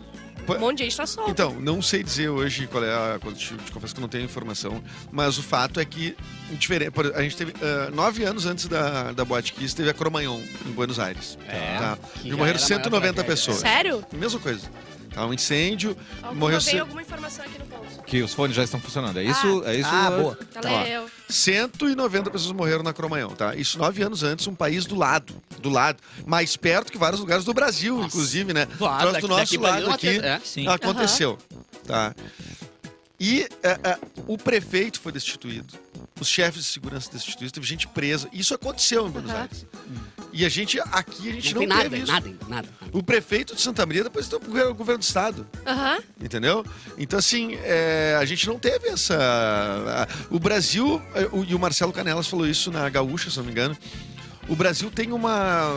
E: Pô-
C: Um monte de gente tá solto.
E: Então, não sei dizer hoje qual é a. qual- Te, te confesso que eu não tenho informação, mas o fato é que. diferen- por- A gente teve. ah, nove anos antes da, da Boate Kiss, teve a Cromanhon, em Buenos Aires.
B: É.
E: Tá?
A: que
E: E
A: já era a
E: morreram
A: maior
E: 190
A: tragédia.
E: pessoas.
C: Sério?
E: Mesma coisa. Tá um incêndio,
C: Alguma
E: então, morreu
C: veio
E: ce-
C: alguma informação aqui no ponto.
B: Que os fones já estão funcionando. É isso? é isso?
I: Ah, boa.
E: Tá
C: Valeu.
E: 190 pessoas morreram na Cromanhão, tá? Isso nove anos antes, um país do lado, do lado, mais perto que vários lugares do Brasil,
A: Nossa.
E: inclusive, né?
A: Claro,
E: Trouxe
A: daqui-
E: do nosso
A: daqui pra ali
E: lado
A: é uma
E: aqui.
A: tra- é.
I: Sim.
E: Aconteceu, tá? E é, é, o prefeito foi destituído, os chefes de segurança destituídos, teve gente presa. Isso aconteceu em Buenos
C: Aham.
E: Aires. E a gente, aqui, a gente
A: Não
E: não,
A: tem nada,
E: teve isso.
A: nada, ainda, nada.
E: O prefeito de Santa Maria depois entrou pro governo- governo do estado,
C: Aham. É
E: entendeu? Então, assim, é, a gente não teve essa... a- o Brasil, é, o- e o Marcelo Canelas falou isso na Gaúcha, se não me engano, o Brasil tem uma,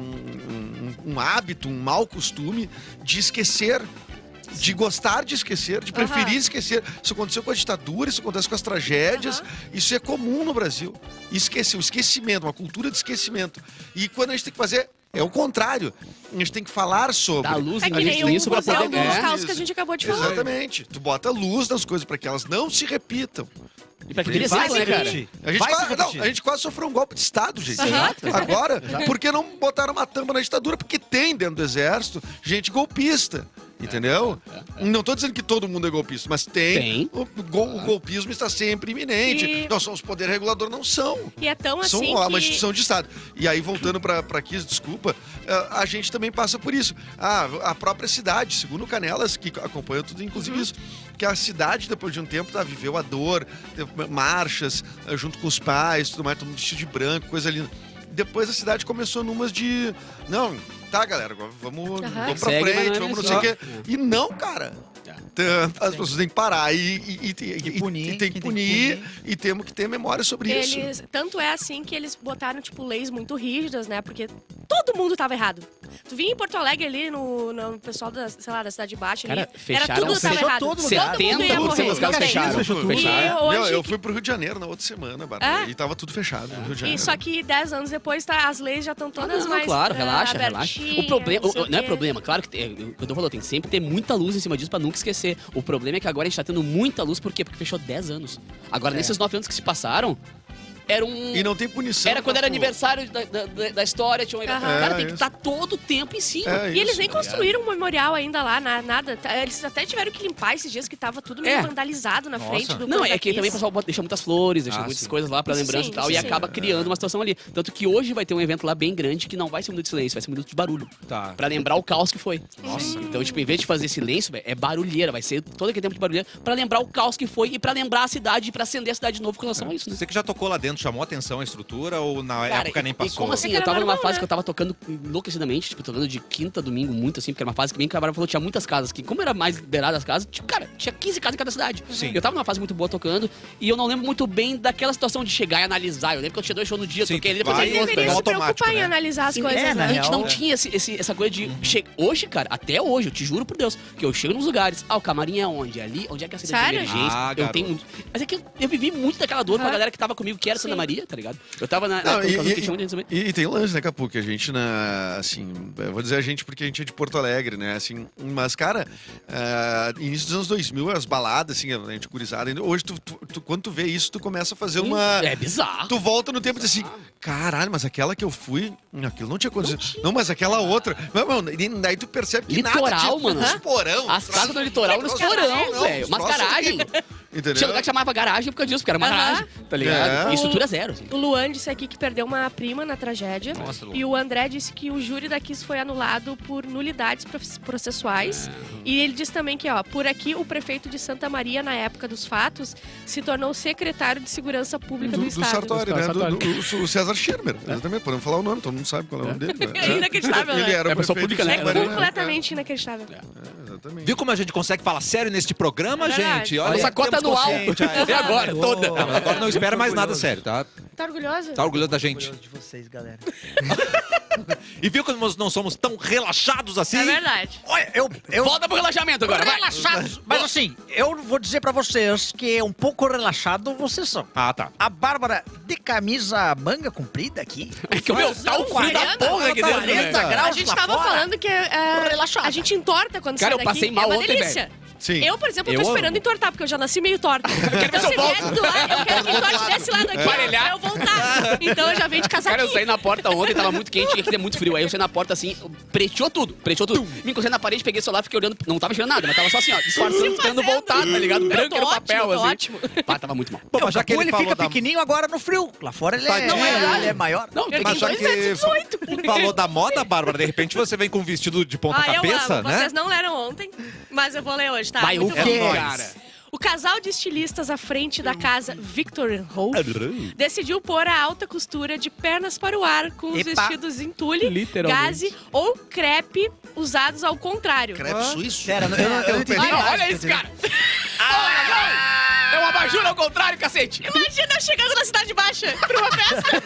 E: um, um- um hábito, um mau costume de esquecer, de gostar de esquecer, de preferir
C: Aham.
E: esquecer. Isso aconteceu com a ditadura, isso acontece com as tragédias,
C: Aham.
E: isso é comum no Brasil. Esquecer, o esquecimento, uma cultura de esquecimento. E quando a gente tem que fazer, é o contrário. A gente tem que falar sobre.
A: Dá luz,
C: É
A: né?
C: que
A: a gente
C: nem
A: tem
C: o
A: isso pra
C: Museu
A: poder é.
C: do
A: ganhar.
C: Holocausto que a gente acabou de falar.
E: Exatamente. Tu bota luz nas coisas para que elas não se repitam.
A: E pra que aquele exemplo, né, cara?
E: A gente,
I: Vai se
E: quase, não,
I: repetir.
E: a gente quase sofreu um golpe de Estado, gente.
C: Exato.
E: Agora, porque não botaram uma tampa na ditadura? Porque tem dentro do exército gente golpista. Entendeu? Não tô dizendo que todo mundo é golpista, mas tem.
A: Tem.
E: O, gol- o golpismo está sempre iminente.
C: E-
E: Nós somos poder regulador, não são.
C: E é tão
A: Então,
E: São
C: assim.
E: uma
C: que...
E: instituição de Estado. E aí, voltando para aqui, desculpa, eh, a gente também passa por isso. Ah, A, a própria cidade, segundo o Canelas, que acompanha tudo,
A: Uhum.
E: inclusive isso, que a cidade, depois de um tempo, tá, viveu a dor, teve marchas eh, junto com os pais, tudo mais, todo mundo vestido de branco, coisa linda. Depois a cidade começou numas de. Não, tá, galera, agora vamos, vamos pra
A: Segue, mas
E: frente,
A: não é
E: vamos não sei
A: isso.
E: o quê. E não, cara. Tá, As pessoas têm que parar e, e, e- e-
I: que punir,
E: e tem
I: quem tem que
E: que punir,
I: punir.
E: e temos que ter memória sobre isso.
C: Eles, tanto é assim que eles botaram, tipo, leis muito rígidas, né? Porque todo mundo tava errado. Tu vinha em Porto Alegre ali, no, no pessoal da, sei lá, da Cidade Baixa
A: Cara,
C: ali.
A: fecharam-
C: era tudo tava
A: fechou
C: errado.
I: todo lugar.
C: todo mundo ia
A: 70%
C: morrer.
A: dos caras
C: Não tem.
A: fecharam.
I: Fechou tudo.
A: Fecharam.
C: E hoje
E: Meu, eu fui pro Rio de Janeiro na outra semana, Bárbara,
A: Ah?
C: É?
E: e tava tudo fechado no Rio de
C: E
E: Janeiro.
C: só que 10 anos depois tá, as leis já estão
A: Ah,
C: todas
A: não,
C: mais.
A: claro,
C: ah,
A: relaxa, relaxa.
C: abertinhas,
A: O problema,
C: não sei
A: o-
C: o
A: não é
C: quê.
A: problema, claro que, é, o que eu falou, tem que sempre ter muita luz em cima disso pra nunca esquecer. O problema é que agora a gente tá tendo muita luz, por quê? Porque fechou 10 anos. Agora,
C: É.
A: nesses 9 anos que se passaram, era um...
E: E não tem punição.
A: Era quando era
E: pô.
A: aniversário da, da- da- da história, tinha um...
C: Aham.
A: Cara,
E: É,
A: tem que
E: isso.
A: estar todo o tempo em cima.
E: É
C: E eles
E: isso.
C: nem
A: tá
C: construíram um memorial ainda lá, na- nada. Tá, Eles até tiveram que limpar esses dias que tava tudo meio
A: É.
C: vandalizado na frente do
A: Não,
C: coisa
A: é que também o
C: Kiss.
A: pessoal bota- deixa muitas flores, deixa
B: Ah,
A: muitas
B: sim. Ah.
A: coisas lá pra
C: Isso
A: lembrança
C: sim,
A: e tal,
C: isso
A: e
C: sim.
A: acaba criando uma situação ali. Tanto que hoje vai ter um evento lá bem grande que não vai ser um minuto de silêncio, vai ser um minuto de barulho.
B: Tá.
A: Pra lembrar o caos que foi.
B: Nossa.
A: Então, tipo, em vez de fazer silêncio, velho, é barulheira, vai ser
B: É.
A: todo aquele tempo de barulheira pra lembrar o caos que foi e pra lembrar a cidade e pra acender a cidade de novo com relação a isso, né?
B: Você que já tocou lá dentro fazendo chamou atenção a estrutura ou na
A: Cara,
B: época
A: e-
B: nem
A: E
B: passou?
A: como assim?
C: Esse
A: Eu tava
C: carnaval
A: numa
C: não,
A: fase
C: né?
A: que eu tava tocando enlouquecidamente, tipo, tocando de quinta, a domingo, muito assim, porque era uma fase que bem cabral falou, tinha muitas casas que, como era mais liberada as casas, tipo, cara, tinha 15 casas em cada cidade.
B: Sim.
A: Eu tava numa fase muito boa tocando, e eu não lembro muito bem daquela situação de chegar e analisar. Eu lembro que eu tinha dois shows no dia,
B: Sim,
A: toquei ali,
B: tu
A: depois
B: vai
A: eu
B: e
A: toquei outro,
B: vem
A: tá
B: no
A: ligado?
C: se
B: automático,
C: preocupar em
B: né?
C: analisar as
A: Sim,
C: coisas,
I: é,
A: A
I: né?
C: né?
A: gente não tinha esse- esse- essa coisa de.
B: Uhum.
A: che- Hoje, cara, até hoje, eu te juro por Deus, que eu chego nos lugares. Ah, o camarim é onde? É ali? Onde é que é a saída de
C: Sério?
A: emergência?
B: Ah,
A: eu
B: garoto.
A: tenho muito. Mas é que eu, eu vivi muito daquela dor com a
C: Aham.
A: galera que tava comigo, que era Santa
C: Sim.
A: Maria, tá ligado? Eu tava na.
E: Não,
A: na-
E: e-
A: eu
E: e-
A: tinha um deles também.
E: E, e tem um lance, né, Capu, que a gente, na, assim, eu vou dizer a gente porque a gente é de Porto Alegre, né, assim, mas, cara, ah, início dos anos 2000, as baladas, assim, a gente gurizada, ainda- hoje, tu, tu- tu- quando tu vê isso, tu começa a fazer uma...
A: É bizarro.
E: Tu volta no tempo e diz assim, caralho, mas aquela que eu fui, hum, aquilo não tinha acontecido. Não, mas aquela outra. Não, não, e daí tu percebe que nada um
A: Litoral, mano.
E: Nos porão.
A: As casas do litoral no
E: Troço-
A: porão,
E: não,
A: velho. Umas
E: troço
A: garagem.
E: horrível.
A: Tinha
E: Entendeu?
A: lugar que chamava garagem por causa disso, porque era uma
C: Aham.
A: garagem, tá ligado?
E: É.
A: E estrutura zero, assim.
C: O Luan disse aqui que perdeu uma prima na tragédia.
B: Nossa, Lu.
C: E o André disse que o júri da Kiss foi anulado por nulidades prof- processuais. E ele diz também que, ó, por aqui o prefeito de Santa Maria, na época dos fatos, se tornou secretário de Segurança Pública do,
E: Do, do
C: Estado.
E: Sartori,
G: Do
E: né? Do,
G: Sartori.
E: do- o César Schirmer. Exatamente, podemos falar o nome, todo mundo sabe qual é o nome dele. Né?
C: É inacreditável, né?
E: Ele era
A: É
E: o
A: pessoa
E: prefeito
A: pública,
E: de
A: né?
E: Santa Maria,
C: Completamente inacreditável.
E: É, exatamente.
B: Viu como a gente consegue falar sério neste programa,
C: É verdade.
B: gente? Olha,
A: Nossa cota
B: temos
A: anual.
B: consciente.
A: <laughs> E agora, toda.
B: Não, mas agora não espera mais nada sério, tá?
C: Tá orgulhosa?
B: Tá orgulhoso da gente.
I: Orgulhoso de vocês, galera.
B: E viu como nós não somos tão relaxados assim?
F: É verdade.
D: Olha, eu, eu
A: Volta pro relaxamento agora, vai.
D: relaxados. Mas assim, eu vou dizer pra vocês que um pouco relaxado vocês são.
B: Ah, tá.
D: A Bárbara de camisa manga comprida aqui.
A: É que, meu, tá o frio da
D: 40,
A: porra aqui dentro,
D: 40
A: né?
D: graus
C: A gente
D: lá
C: tava
D: fora.
C: falando que é,
D: Relaxada.
C: a gente entorta quando
A: Cara,
C: sai
A: eu passei
C: daqui.
A: mal
C: é uma
A: ontem,
C: delícia.
E: Sim.
C: Eu, por exemplo,
B: Eu
C: tô
B: amo.
C: esperando entortar, porque eu já nasci meio torta. Então, se vier do lado, eu quero que entorte desse lado aqui, ó, pra eu voltar. Então, eu já venho de
A: Cara, eu
C: casaquinho.
A: saí na porta ontem, tava muito quente, e aqui é muito frio. Aí eu saí na porta assim, preteou tudo, preteou tudo. Me encostei na parede, peguei o celular, fiquei olhando, não tava cheirando nada, mas tava só assim, ó, disfarçando, esperando voltar, tá ligado? Branco
C: tô
A: era o papel,
C: é ótimo, tô
A: assim.
C: ótimo.
A: Pá, tava muito mal.
B: Pô,
D: Não,
B: mas já que
D: Capu, ele,
B: ele, falou
D: fica
B: da...
D: pequenininho agora no frio. Lá fora
I: Tá,
D: ele, é,
B: Tadinho.
D: ele é maior.
A: Não, tem
B: Mas
A: que...
B: já que falou da moda, Bárbara, de repente você vem com um vestido de ponta
C: Ah, eu
B: cabeça,
C: amo.
B: né?
C: Vocês não leram ontem, mas eu vou ler hoje, tá?
A: Vai, o
C: Muito bom.
A: que,
B: nóis.
A: cara?
C: O casal de estilistas à frente da casa Victor and Rolf decidiu pôr a alta costura de pernas para o ar com os
D: Epa.
C: vestidos em tule,
G: Literalmente.
C: gaze ou crepe usados ao contrário.
E: Crepe suíço.
I: Pera, eu não- eu não, eu não entendi.
A: Olha, Ah!
I: nada.
A: olha isso, cara! Olha, não! É uma abajur ao contrário, cacete!
C: Imagina eu chegando na Cidade Baixa pra uma festa.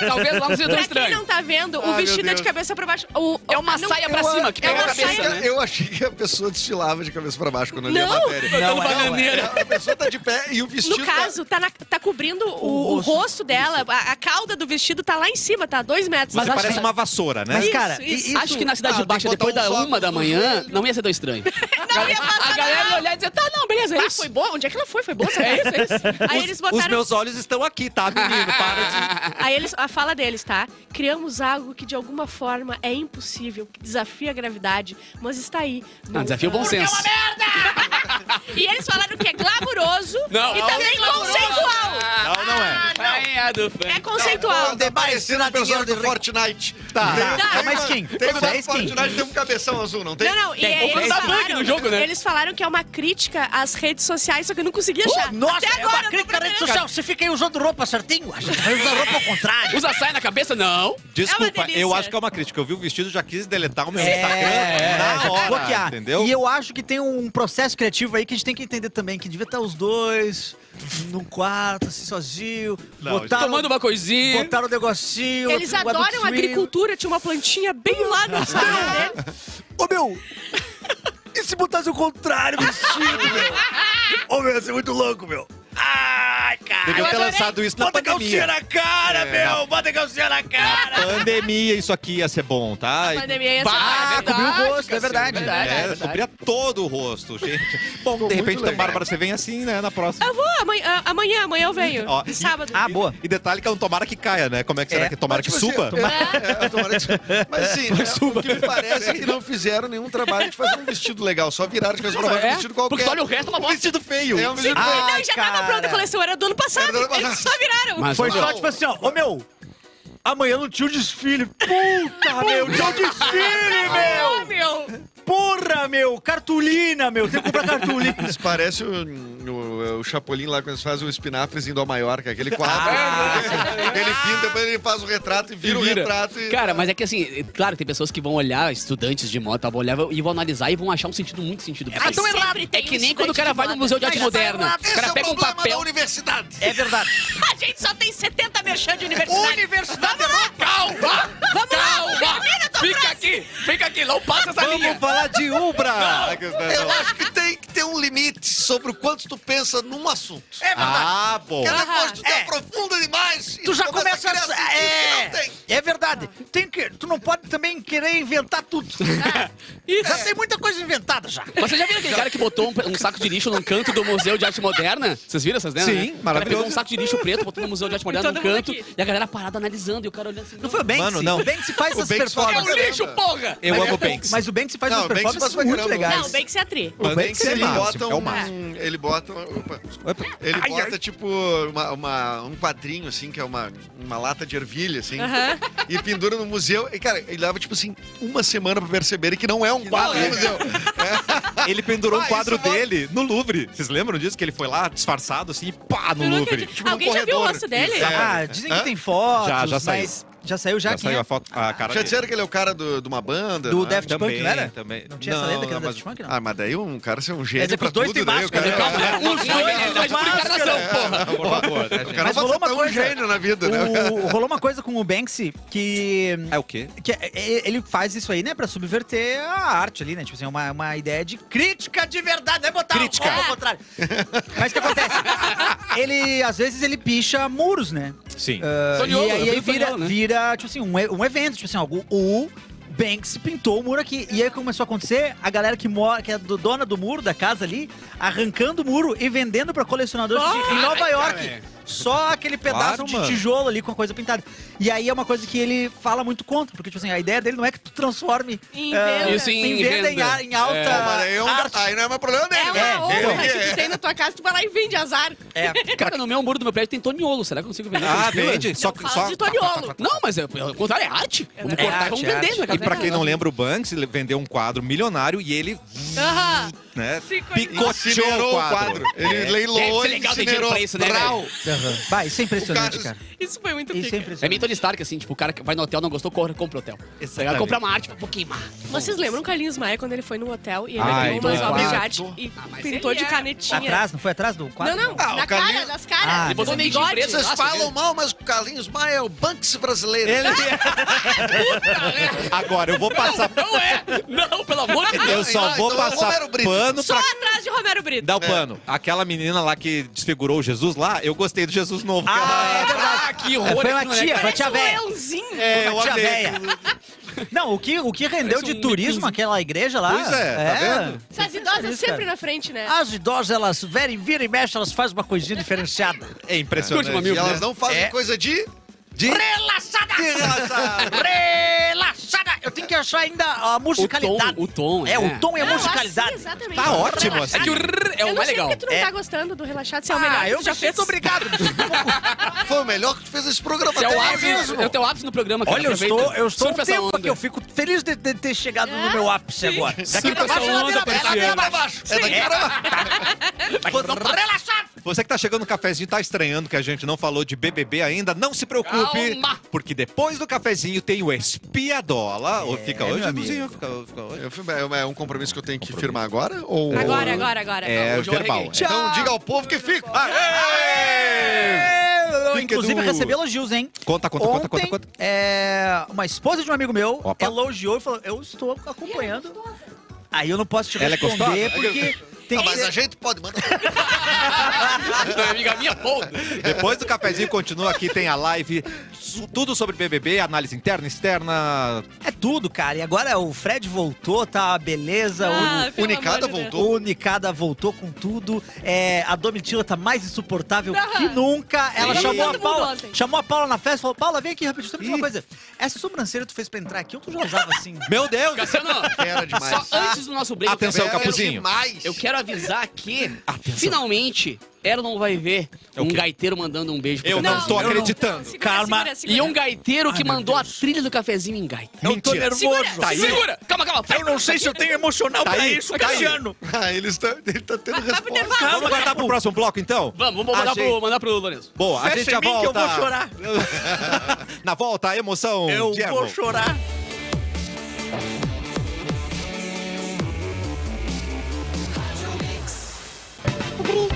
A: Ah, Talvez lá no setor
C: pra quem
A: estranho.
C: não tá vendo, o
E: Ah,
C: vestido é
E: meu
C: de
E: Deus.
C: cabeça pra baixo. O-
A: É uma
C: não-
A: saia pra
E: Eu-
A: cima, que
E: eu
A: pega a
E: achei
A: cabeça,
E: que-
A: né?
E: Eu achei que a pessoa desfilava de cabeça pra baixo quando eu li a
C: Não.
E: matéria.
A: Tocando
I: Não, é,
A: bananeira.
E: A pessoa tá de pé e o vestido...
C: No
E: tá-
C: caso, tá, na- tá cobrindo o, o rosto, dela, a, a cauda do vestido tá lá em cima, tá a dois metros.
B: Você
C: abaixo.
B: parece uma vassoura, né?
I: Mas, cara,
C: Isso, isso.
I: i- isso-
A: Acho que na Cidade
E: Ah, tem que
A: Baixa, depois
E: botar
A: da
E: uns
A: uma
E: óculos
A: da
E: no
A: manhã,
E: joelho.
A: não ia ser tão estranho.
C: Não ia
A: A
C: passar
A: galera ia
C: mal.
A: olhar e dizer, tá, não, beleza, é
C: Ah,
A: isso.
C: foi boa? Onde é que ela foi? Foi boa? Será que é isso? Aí eles
B: Os
C: botaram.
B: meus olhos estão aqui, tá,
A: Ah,
B: menino?
A: <laughs>
B: Para de...
C: Aí eles, a fala deles, tá? Criamos algo que de alguma forma é impossível, que desafia a gravidade, mas está aí.
A: Não, desafio é bom senso.
C: E eles falaram que é glamuroso
A: Não,
C: e
A: não Ah,
C: também conceitual.
B: Não, não é.
A: Praia do
C: É
A: funk.
C: conceitual.
E: Tá parecendo um personagem do Fortnite.
I: Tá.
E: Tem,
I: Mas quem?
E: tem uma
I: É
E: do
I: skin.
E: Fortnite, tem um cabeção azul, não tem?
C: Não, não, e aí
A: Ou quando
C: eles
A: dá bug
C: falaram,
A: no jogo, né?
C: eles falaram que é uma crítica às redes sociais, só que eu não consegui achar.
D: Nossa,
C: Até
D: é
C: agora,
D: uma crítica à rede
C: social.
D: social. Você fica aí usando roupa certinho? A gente vai usar roupa ao contrário.
A: Usa saia na cabeça? Não.
B: Desculpa,
C: delícia.
B: eu acho que é uma crítica. Eu vi o vestido, já quis deletar o meu
I: É,
B: Instagram
I: é,
B: na
I: já
B: hora,
I: bloquear.
B: entendeu?
I: E eu acho que tem um processo criativo aí que a gente tem que entender também, que devia estar os dois num quarto, assim, sozinho,
B: Não,
I: botaram,
A: Tomando uma coisinha.
I: botaram o negocinho.
C: Eles
I: o adult
C: adoram
I: swim.
C: agricultura, tinha uma plantinha bem lá no né? sala dele.
I: Ô, meu, e se botasse o contrário do vestido, meu?
C: <laughs>
I: Ô, meu, você é muito louco, meu. Ai, cara.
B: Devia ter
C: adorei.
B: lançado isso na
I: Bota calcinha
B: pandemia.
I: na É. cara, meu. Bota calcinha na cara.
B: Pandemia, isso aqui ia ser bom, tá?
C: A pandemia ia ser
A: Bah,
C: maravilhosa.
A: é verdade,
I: cobriu o rosto, é
A: Cassiano,
I: verdade.
B: É,
A: verdade.
B: cobria todo o rosto, gente. Bom,
E: <laughs> Ficou
B: de repente,
E: muito
B: então,
E: legal.
B: Bárbara, você vem assim, né, na próxima.
C: Eu vou amanhã, ah, amanhã, amanhã eu venho.
B: Ó, e-
C: Sábado.
I: Ah, boa.
B: E detalhe que é um tomara que caia, né? Como é que será
I: É,
B: que é? Tomara que
E: Mas, tipo
B: suba?
E: assim, é, é, tomara que suba. Mas assim, é, o que me parece é que não fizeram nenhum trabalho de fazer um vestido legal. Só viraram de cabeça pra baixo um
A: É,
E: vestido qualquer.
A: Porque tu olha o resto, é uma
B: Um
A: bosta.
B: vestido feio.
E: É um vestido
I: Ah,
E: legal.
C: não, e já tava
I: cara.
C: pronta a coleção, era do ano passado.
E: Era do ano
C: Eles só viraram.
A: Mas
I: Foi
A: ó,
I: só tipo assim, ó, ô meu, amanhã não tinha o desfile. Puta, meu, tinha o desfile,
C: Ah,
I: meu.
C: meu.
I: Porra, Pintura, meu! Cartolina, meu! Tem que comprar cartolina.
E: Isso parece o, o, o Chapolin lá quando eles fazem o espinafres em Dó Maior, que é aquele quadro.
B: Ah,
E: ele pinta, depois ele faz o retrato e vira,
A: E vira.
E: o retrato. E...
A: Cara, mas é que assim, é claro, tem pessoas que vão olhar, estudantes de moda, vão olhar e vão analisar e vão achar um sentido muito sentido. pra isso.
C: errado.
A: é que nem quando o cara vai no Museu de Arte Moderna. O
E: Esse é
A: cara
E: o
A: pega um
E: problema da
A: papel.
E: universidade.
D: É verdade.
C: A gente só tem 70 merchan de universidade.
E: Universidade é
C: Vamos lá, termina tua
A: Fica aqui! Fica aqui, não passa essa
B: Vamos
A: linha!
B: falar de
I: um
B: Ubra!
E: Eu acho que tem que ter um limite sobre o quanto tu pensa num assunto. É
B: Ah, bom.
E: Porque depois tu te
D: É.
E: aprofunda demais. e
D: Tu já
E: começa
D: começa
E: a criar
D: a...
E: sentido que não
D: É,
E: tem.
D: é verdade. Tem que, tu não pode também querer inventar
E: <laughs>
D: tudo.
E: Ah,
D: Já tem muita coisa inventada já.
A: Mas vocês já viram aquele cara que botou um, um saco de lixo num canto do Museu de Arte Moderna? Vocês viram essas, né? né?
B: Sim,
A: O cara pegou
B: maravilhoso.
A: um saco de lixo preto, botou no Museu de Arte Moderna
C: todo
A: num
C: mundo
A: canto,
C: aqui.
A: e a galera parada analisando, e o cara olhando assim...
D: Não foi o Banksy?
B: Mano, não.
D: O Banksy
B: <laughs>
D: faz
E: O
D: essas
E: Banksy faz-
D: performances.
A: lixo, porra!
B: Eu
I: Mas
B: amo
I: é-
B: Banks.
I: Mas o Banks faz
E: Não,
I: umas
E: o Banks
I: performances
E: faz uma
I: muito
E: grana.
C: Não,
I: legais.
C: bem que você é tri.
I: O Banks é
E: ele
I: massa,
E: bota
I: é o
E: um-
I: máximo.
E: Ele bota. opa,
B: Opa.
E: ele
I: Ai,
E: bota
I: ai.
E: tipo uma, uma- um quadrinho, assim, que é uma, uma lata de ervilha, assim, e pendura no museu. E, cara, ele leva, tipo assim, uma semana pra perceberem que não é um quadro
A: é.
E: no museu.
B: Ele pendurou
E: Ah,
B: um quadro
E: isso eu gosto.
B: dele no Louvre. Vocês lembram disso? Que ele foi lá disfarçado assim e pá no
C: Eu não
B: Louvre.
C: acredito. Alguém já viu o
E: corredor.
C: osso dele?
E: Isso.
D: Ah,
E: É.
D: dizem que
E: Hã?
D: tem fotos,
B: Já- já saiu.
D: mas... Já saiu já,
B: Já
D: quem
B: saiu
D: é?
B: a foto, a cara
E: Já
B: dele.
E: disseram que ele é o cara do- de uma banda.
D: Do
E: não é?
D: Daft Punk,
B: Também,
D: não era?
B: também.
D: Não tinha essa lenda que era do
B: mas-
D: Daft Punk, não?
E: Ah, mas daí um cara ser um
D: Quer dizer
E: gênio
D: que
E: pra
D: os dois
E: tudo,
D: têm
E: daí o
D: máscara.
A: né?
E: cara-
D: Calma,
A: Os dois,
D: Mas
A: mas por encarnação, porra!
B: Ah, Por favor, né,
E: O
B: gente?
E: cara
D: Mas
E: não
D: rolou
E: vai
D: uma
E: ser um
D: coisa.
E: gênio na vida, né?
B: <laughs>
E: <laughs>
D: O- rolou uma coisa com o Banksy que...
B: É o quê?
D: que é- é- ele faz isso aí, né, pra subverter a arte ali, né? Tipo assim, uma, uma ideia de crítica de verdade, não é botar
B: Crítica.
D: o ao contrário. Mas o que acontece? Ele, às vezes, ele picha muros, né?
B: Sim.
D: Ah,
A: Tonholo,
D: e aí,
A: eu vi o
D: vira,
A: Tonholo, né?
D: vira, tipo assim, um, e- um evento, tipo assim, ó, o, o Banks pintou o muro aqui. E aí começou a acontecer, a galera que mora, que é do- dona do muro, da casa ali, arrancando o muro e vendendo pra colecionadores de- em Nova York. Só aquele pedaço
B: Claro,
D: de
B: mano.
D: tijolo ali com a coisa pintada. E aí é uma coisa que ele fala muito contra, porque, tipo assim, a ideia dele não é que tu transforme
C: Em
D: ah,
C: venda.
A: Isso em
D: em, venda, em
A: venda.
D: a- em alta.
A: É.
E: Mas aí, é um-
D: arte.
E: aí não é mais problema
C: É
E: dele.
D: É,
C: uma
E: ele
C: honra que
E: é.
C: tu tem na tua casa, tu vai lá e vende azar.
A: <laughs>
D: É.
A: Cara, no meu muro do meu prédio tem toniolo, será que eu consigo vender?
B: Ah,
A: Tem fila?
B: vende. Só
C: Não, fala de
D: Tá,
C: Toniolo.
A: Não, mas é, ao contrário, é arte. Vamos cortar e
D: arte,
A: vamos
D: é
A: vender.
D: arte.
A: né, cara?
B: E pra quem não lembra, o Banks ele vendeu um quadro milionário e ele,
C: Aham.
B: né,
C: Cinco
B: picoteou
E: Incinerou
B: o quadro.
E: Ele
A: Deve
E: leiloou
A: ser
E: e
A: legal ter dinheiro
E: incinerou.
A: pra isso, né,
E: Brau.
A: velho?
D: Vai, isso é impressionante,
E: O cara-
D: cara.
C: Isso foi muito
D: Isso é
C: pica.
A: É
D: impressionante.
A: meio Tony Stark, assim, tipo, o cara que vai no hotel, não gostou, corre, compra o hotel. Ela
B: Exatamente.
A: compra uma arte, tipo, queimar.
C: Vocês lembram o Carlinhos Maia quando ele foi no hotel e ele
B: Ai,
C: pegou umas
B: claro.
C: obras de arte e
A: Ah, mas
C: pintou
A: ele
C: de
A: é-
C: canetinha?
D: Atrás, não foi atrás do quadro?
C: Não, não.
E: Ah, o
C: na cara,
E: Carlinhos-
C: nas caras. um
D: Ah,
A: Ele botou
D: Nossa, É
A: bigode preto.
E: Vocês
A: nossa,
E: falam
A: dele.
E: mal, mas o Carlinhos Maia é o Banks brasileiro.
B: Agora, eu vou passar.
A: Não é! Não, pelo amor de Deus!
B: Eu só
E: Ah,
B: vou
E: então é o
B: passar
E: Romero Brito.
B: pano
C: Só
B: pra.
C: atrás de Romero Brito.
B: Dá o pano. Aquela menina lá que desfigurou o Jesus lá, eu gostei do Jesus novo. que ela-
D: Ah, é verdade.
A: Ah, que
D: É,
A: horror!
D: foi
A: aquilo,
D: uma
A: né,
D: tia, foi a
A: cara?
D: tia
C: um
D: véia.
C: leãozinho.
B: É, eu
D: Uma tia
B: amei.
D: véia. Não, o que, o que rendeu
A: Parece
D: de
A: um
D: turismo aquela igreja lá?
B: Pois é, tá vendo?
C: Essas idosas
D: Isso, cara.
C: assim
D: Ah,
C: sempre na frente, né?
D: As idosas, elas verem, vira e mexe, elas fazem uma coisinha diferenciada.
B: É impressionante.
A: Curte uma
E: E
A: mil-
D: né?
E: elas não fazem coisa de...
B: De-
D: Relaxada! Relaxada! Eu tenho que achar ainda a
A: O tom,
D: musicalidade.
A: o tom.
D: é, o tom e a
C: Não, assim,
D: musicalidade.
C: exatamente.
B: Tá ótimo assim.
A: É que o rrr é
C: eu
A: o
C: não
A: mais
C: sei
A: legal.
C: porque tu não
D: É.
C: tá gostando do Relaxado, se é o melhor
D: Ah,
C: que
D: eu
C: tu já
D: já
C: fez.
D: fiz, obrigado.
E: Foi o melhor que tu fez esse programa.
A: Esse é o
E: até
A: ápice,
E: hoje.
A: é o teu ápice no programa, cara.
D: Olha, eu
A: Aproveita.
D: estou, eu estou um
A: Surfa essa
D: tempo
A: onda.
D: que eu fico feliz de, de ter chegado no meu ápice agora. Daqui
A: Surfa
D: pra
A: essa
D: baixo,
A: onda,
D: ladeira,
A: Persiana.
D: ladeira pra baixo.
E: É daqui pra lá.
B: <laughs>
D: Relaxada!
B: Você que tá chegando no cafezinho tá estranhando que a gente não falou de BBB ainda, não se preocupe.
A: Calma.
B: Porque depois do cafezinho tem o Espiadola. Ou fica
D: meu
B: hoje,
D: amigo.
B: Luzinho? Fica, fica hoje.
E: Eu fui- É é um compromisso que eu tenho que firmar agora? Ou...
C: Agora, agora, agora.
B: É
A: hoje eu
B: verbal.
A: arreguei.
E: Então diga ao povo que fico.
D: Eu,
B: Fica,
D: inclusive,
B: Edu.
D: recebi elogios, hein?
B: Conta, conta,
D: Ontem,
B: conta, conta, conta.
D: É, uma esposa de um amigo meu
B: Opa.
D: elogiou e falou: Eu estou
C: é
D: acompanhando. Aí eu não posso te
B: Ela é gostosa?
D: responder porque
B: <laughs>
D: tem
E: Ah,
D: que.
E: mas a gente pode mandar.
A: Não, é amiga minha, porra.
B: Depois do cafezinho continua aqui, tem a live. su- Tudo sobre BBB, análise interna, externa.
D: É tudo, cara. E agora o Fred voltou, tá? Beleza.
C: Ah,
D: o...
C: pelo
E: Unicada
C: amor de Deus.
D: O Nicada voltou com tudo. É, a Domitila tá mais insuportável que nunca. Ela
C: Sim.
D: chamou a
C: Todo mundo
D: Paula.
C: ontem.
D: Chamou a Paula na festa e falou: Paula, vem aqui rapidinho, só me diz uma
B: Ih.
D: coisa. Essa sobrancelha tu fez pra entrar aqui, ou tu já usava
B: <laughs>
D: assim?
B: Meu Deus!
A: Cassiano,
E: Era demais.
A: só antes do nosso break... eu quero-
B: Atenção,
E: Era
B: Capuzinho.
E: demais.
A: Eu quero avisar que, finalmente, Erlon vai ver
B: É o
A: um
B: quê?
A: gaiteiro mandando um beijo pro
B: Eu não,
A: Cafezinho.
B: tô
D: eu não.
B: acreditando.
J: Segura,
D: Calma.
J: segura, segura.
A: E um gaiteiro que
D: meu
A: mandou a
D: Deus.
A: trilha do cafezinho em gaita.
D: Eu tô
B: Mentira.
D: nervoso.
B: Tá aí.
A: Segura! Calma, calma.
K: Eu não sei se eu tenho emocional pra
B: aí,
K: isso,
B: tá aí.
K: Cassiano.
E: Ah, ele está, ele tá tendo resposta.
B: Vamos aguardar pro próximo bloco, então?
A: <laughs> Vamos, vamos mandar
B: Achei.
A: pro, mandar pro Lourenço.
B: Boa, a
K: Fecha
B: gente
K: em
B: já
K: mim que eu
B: volta.
K: vou chorar.
B: <laughs> Na volta, a emoção.
K: Eu
B: de
K: vou
B: Errol.
K: chorar.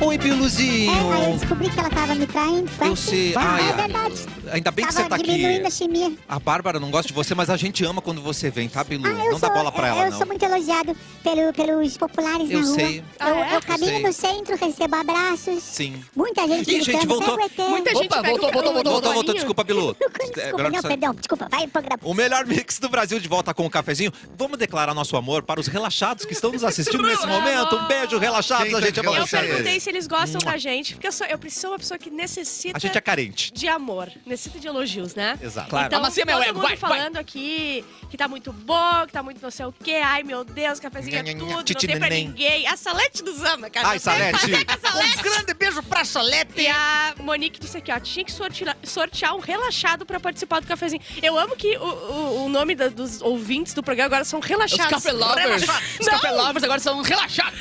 B: Oi, Piluzinho.
G: É, eu descobri que ela tava me traindo. Faz
B: Eu sei.
G: tempo.
B: Ai,
G: é
B: ai.
G: verdade.
B: Ainda bem que
G: tava
B: você tá
G: diminuindo a
B: aqui.
G: chimia.
B: A Bárbara não gosta de você, mas a gente ama quando você vem, tá, Bilu?
G: Ah, eu
B: não dá
G: sou-
B: bola pra
G: eu-
B: ela,
G: Eu
B: não.
G: sou muito elogiado pelo- pelos populares
B: Eu
G: na rua.
B: sei.
G: Eu, eu caminho
B: sei.
G: no centro, recebo abraços.
B: Sim.
G: Muita gente
B: Ih, gente,
G: gritando,
B: voltou.
G: "Pega o ET". <laughs>
J: Muita gente
A: Opa,
J: pega o caminho
A: voltou, voltou, voltou,
J: do
B: Voltou, voltou.
J: Dorinho.
B: Desculpa, Bilu. É
G: Desculpa,
B: melhor
G: não,
B: que você-
G: perdão, desculpa. Vai, programa.
B: O melhor mix do Brasil de volta com o cafezinho. Vamos declarar nosso amor para os relaxados que estão nos assistindo nesse momento. Um beijo, relaxados.
E: Quem
B: A
E: tá
B: gente é
E: relaxado?
C: Eu
B: vocês.
C: perguntei se eles gostam da gente, porque eu, sou, eu preciso ser uma pessoa que necessita
B: A gente é carente.
C: de amor, necessita de elogios, né?
B: Exato.
D: Claro.
C: Então,
A: Mas você é meu
C: todo
A: ego,
C: mundo
A: vai, vai.
C: falando aqui que tá muito bom, que tá muito não sei o quê. Ai, meu Deus, cafezinho é
B: Nhanhanhan,
C: tudo, não
B: titi
C: tem pra
B: neném.
C: ninguém. A Salete nos ama, cara.
B: Ai,
C: Não tem
B: Salete.
C: fazer com a Salete.
D: Um grande beijo pra Solete.
C: E a Monique disse aqui, ó, tinha que sortila- sortear um relaxado pra participar do cafezinho. Eu amo que o, o- o nome da- dos ouvintes do programa agora são
A: Os
C: relaxados.
A: café lovers.
C: Relaxados.
A: Os café lovers agora são relaxados.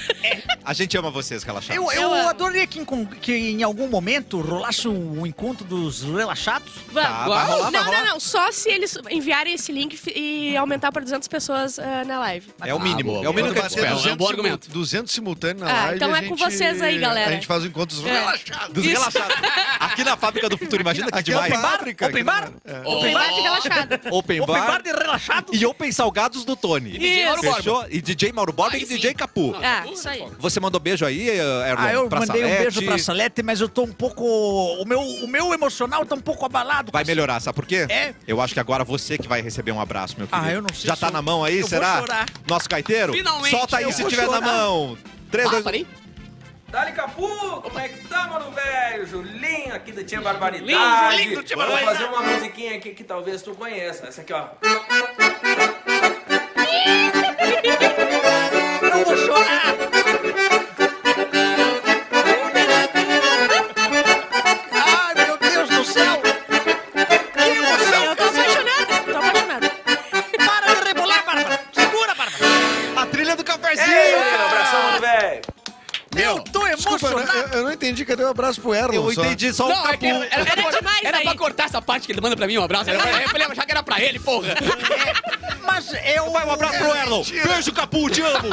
B: A gente ama vocês, relaxados.
D: Eu, eu,
C: Eu amo.
D: adoraria que, em con- que em algum momento rolasse um encontro dos relaxados.
B: Tá,
C: Vamos.
B: vai rolar, vai
C: não,
B: rolar.
C: não, não. Só se eles enviarem esse link e fi- e aumentar pra 200 pessoas ah, na live.
B: É o mínimo.
A: Ah, boa,
B: é o mínimo
E: Quando
B: que a gente
E: bater
A: É um
B: espera.
E: 200
A: bom argumento.
E: simu- 200 simultâneos na
C: Ah,
E: live.
C: então
E: a
C: é com
E: gente-
C: vocês aí, galera. É.
E: A gente faz um encontros relaxados.
B: Dos relaxados. Aqui na Fábrica do Futuro, imagina que
E: Aqui
B: demais.
E: é uma fábrica.
D: Open
E: aqui
D: bar?
E: não é. É.
C: Open bar de relaxado.
D: Open
B: Open bar
D: bar de relaxado.
B: e Open Salgados do Tony.
A: DJ Mauro Borba.
B: Fechou? E DJ Mauro Borba
A: Aí
B: e
A: sim.
B: DJ Capu.
C: Ah, isso aí.
B: Você mandou beijo aí, eh, Erlon?
D: Ah, eu
B: pra
D: mandei um
B: Salete?
D: beijo pra Salete, mas eu tô um pouco. O meu, o meu emocional tá um pouco abalado.
B: Vai melhorar, sabe por quê?
D: É.
B: Eu acho que agora você que vai receber um abraço, meu
D: Ah,
B: querido.
D: eu não sei
B: Já
D: se
B: tá
D: eu-
B: na mão aí,
D: eu vou
B: será?
D: chorar.
B: Nosso gaiteiro?
A: Finalmente,
B: Solta aí
A: eu
B: se
D: vou
B: tiver na
D: chorar.
B: mão. um. 3,
A: Ah,
B: 2,
A: parei.
L: Dali Capu, como é que tá, mano, velho? Julinho aqui do Tia Barbaridade.
D: Julinho do Tia
L: Vamos
D: Barbaridade.
L: fazer uma musiquinha aqui que talvez tu conheça. Essa aqui, ó.
D: Eu vou chorar. Ai, meu Deus do céu. Que emoção.
C: Eu tô apaixonada. Tô apaixonada.
D: Para de rebolar, Bárbara. Segura, Bárbara. É,
E: A trilha do cafezinho.
L: Um abração, mano, velho.
D: Eu tô
B: né?
E: Desculpa, eu,
D: emocionado.
E: eu- eu não entendi. Cadê o abraço pro Erlon?
B: Eu
E: só?
B: entendi só o
A: Não, é
B: Capu.
A: que era, era pra
C: Era
A: cortar,
C: demais
A: era
C: aí.
A: pra cortar essa parte que ele manda pra mim um abraço. Era pra, eu falei, já que era pra ele, porra.
D: É. Mas eu.
B: Vai um abraço pro Erlon. Beijo, Capu, te amo.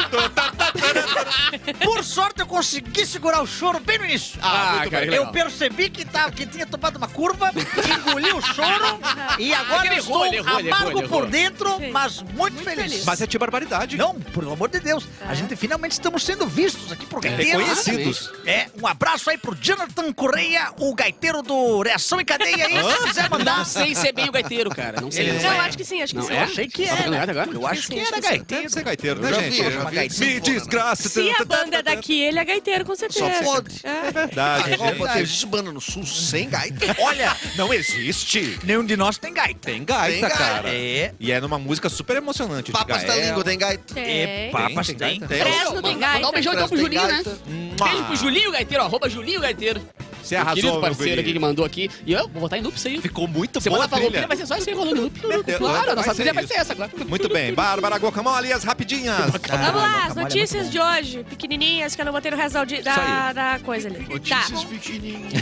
D: Por sorte, eu consegui segurar o choro bem no início.
A: Ah, muito bem.
D: Eu percebi que, tava, que tinha tomado uma curva, engoli
C: <laughs>
D: o choro e agora
A: ele
D: eu
A: errou,
D: estou
A: ele errou, ele errou,
D: amargo
A: ele errou.
D: por dentro,
C: Sim.
D: mas muito, feliz.
C: feliz.
B: Mas é tia barbaridade.
D: Não, pelo amor de Deus,
C: É.
D: a gente finalmente estamos sendo vistos aqui por gaiteiros.
B: Reconhecidos.
D: É, um abraço aí pro Jonathan Correia, o gaiteiro do Reação em Cadeia aí, se quiser mandar.
A: Não sei ser bem o gaiteiro, cara. Não sei.
D: Ele
C: Não, Então, eu acho que sim, acho que
A: Não
C: sim.
A: é?
D: Eu achei que
A: Tá
D: era.
A: ficando errado agora?
D: Eu acho que era
B: Deve
D: gaiteiro.
B: ser gaiteiro, né,
E: Eu já
B: gente?
E: vi, eu já
D: Uma
E: vi.
D: gaiteira.
B: Me desgraça.
C: Se a banda é daqui, ele é gaiteiro, com certeza.
E: Só pode.
C: É.
B: Verdade,
E: Ah,
B: gente.
E: Copa, existe banda no sul sem gaita?
D: Olha,
B: Não existe.
D: nenhum de nós tem gaita.
B: Tem gaita,
E: Tem gaita.
B: cara.
D: É.
B: E é numa música super emocionante. de
E: Papas da
B: Gael.
E: língua tem
C: É,
E: gaita?
C: Tem.
D: Papas É,
B: tem
D: tem.
B: gaita.
E: Tem.
C: Fresno tem
A: Mandar
C: gaita.
A: um beijão então pro
E: Tem
A: Julinho, né?
E: gaita.
A: Beijo pro Julinho Gaiteiro, arroba Julinho Gaiteiro.
B: Você
A: Meu
B: arrasou,
A: querido
B: meu
A: parceiro
B: guri.
A: aqui que mandou aqui. E eu vou botar em loop isso aí.
B: Ficou muito boa
A: Semana
B: a
A: pra
B: trilha.
A: roupinha vai ser só isso aí rolando em loop.
B: Deus,
A: Claro,
B: vai
A: a nossa
B: ser
A: trilha vai
B: isso.
A: ser essa agora. <laughs>
B: Muito bem. Bárbara Guacamole, as rapidinhas.
A: Tá
C: Vamos lá,
D: Ah, olha,
C: as
D: olha,
C: notícias
D: muito
C: de hoje, pequenininhas, que eu não botei no resto da, audi- da- da coisa ali. Tá.
E: Notícias pequenininhas.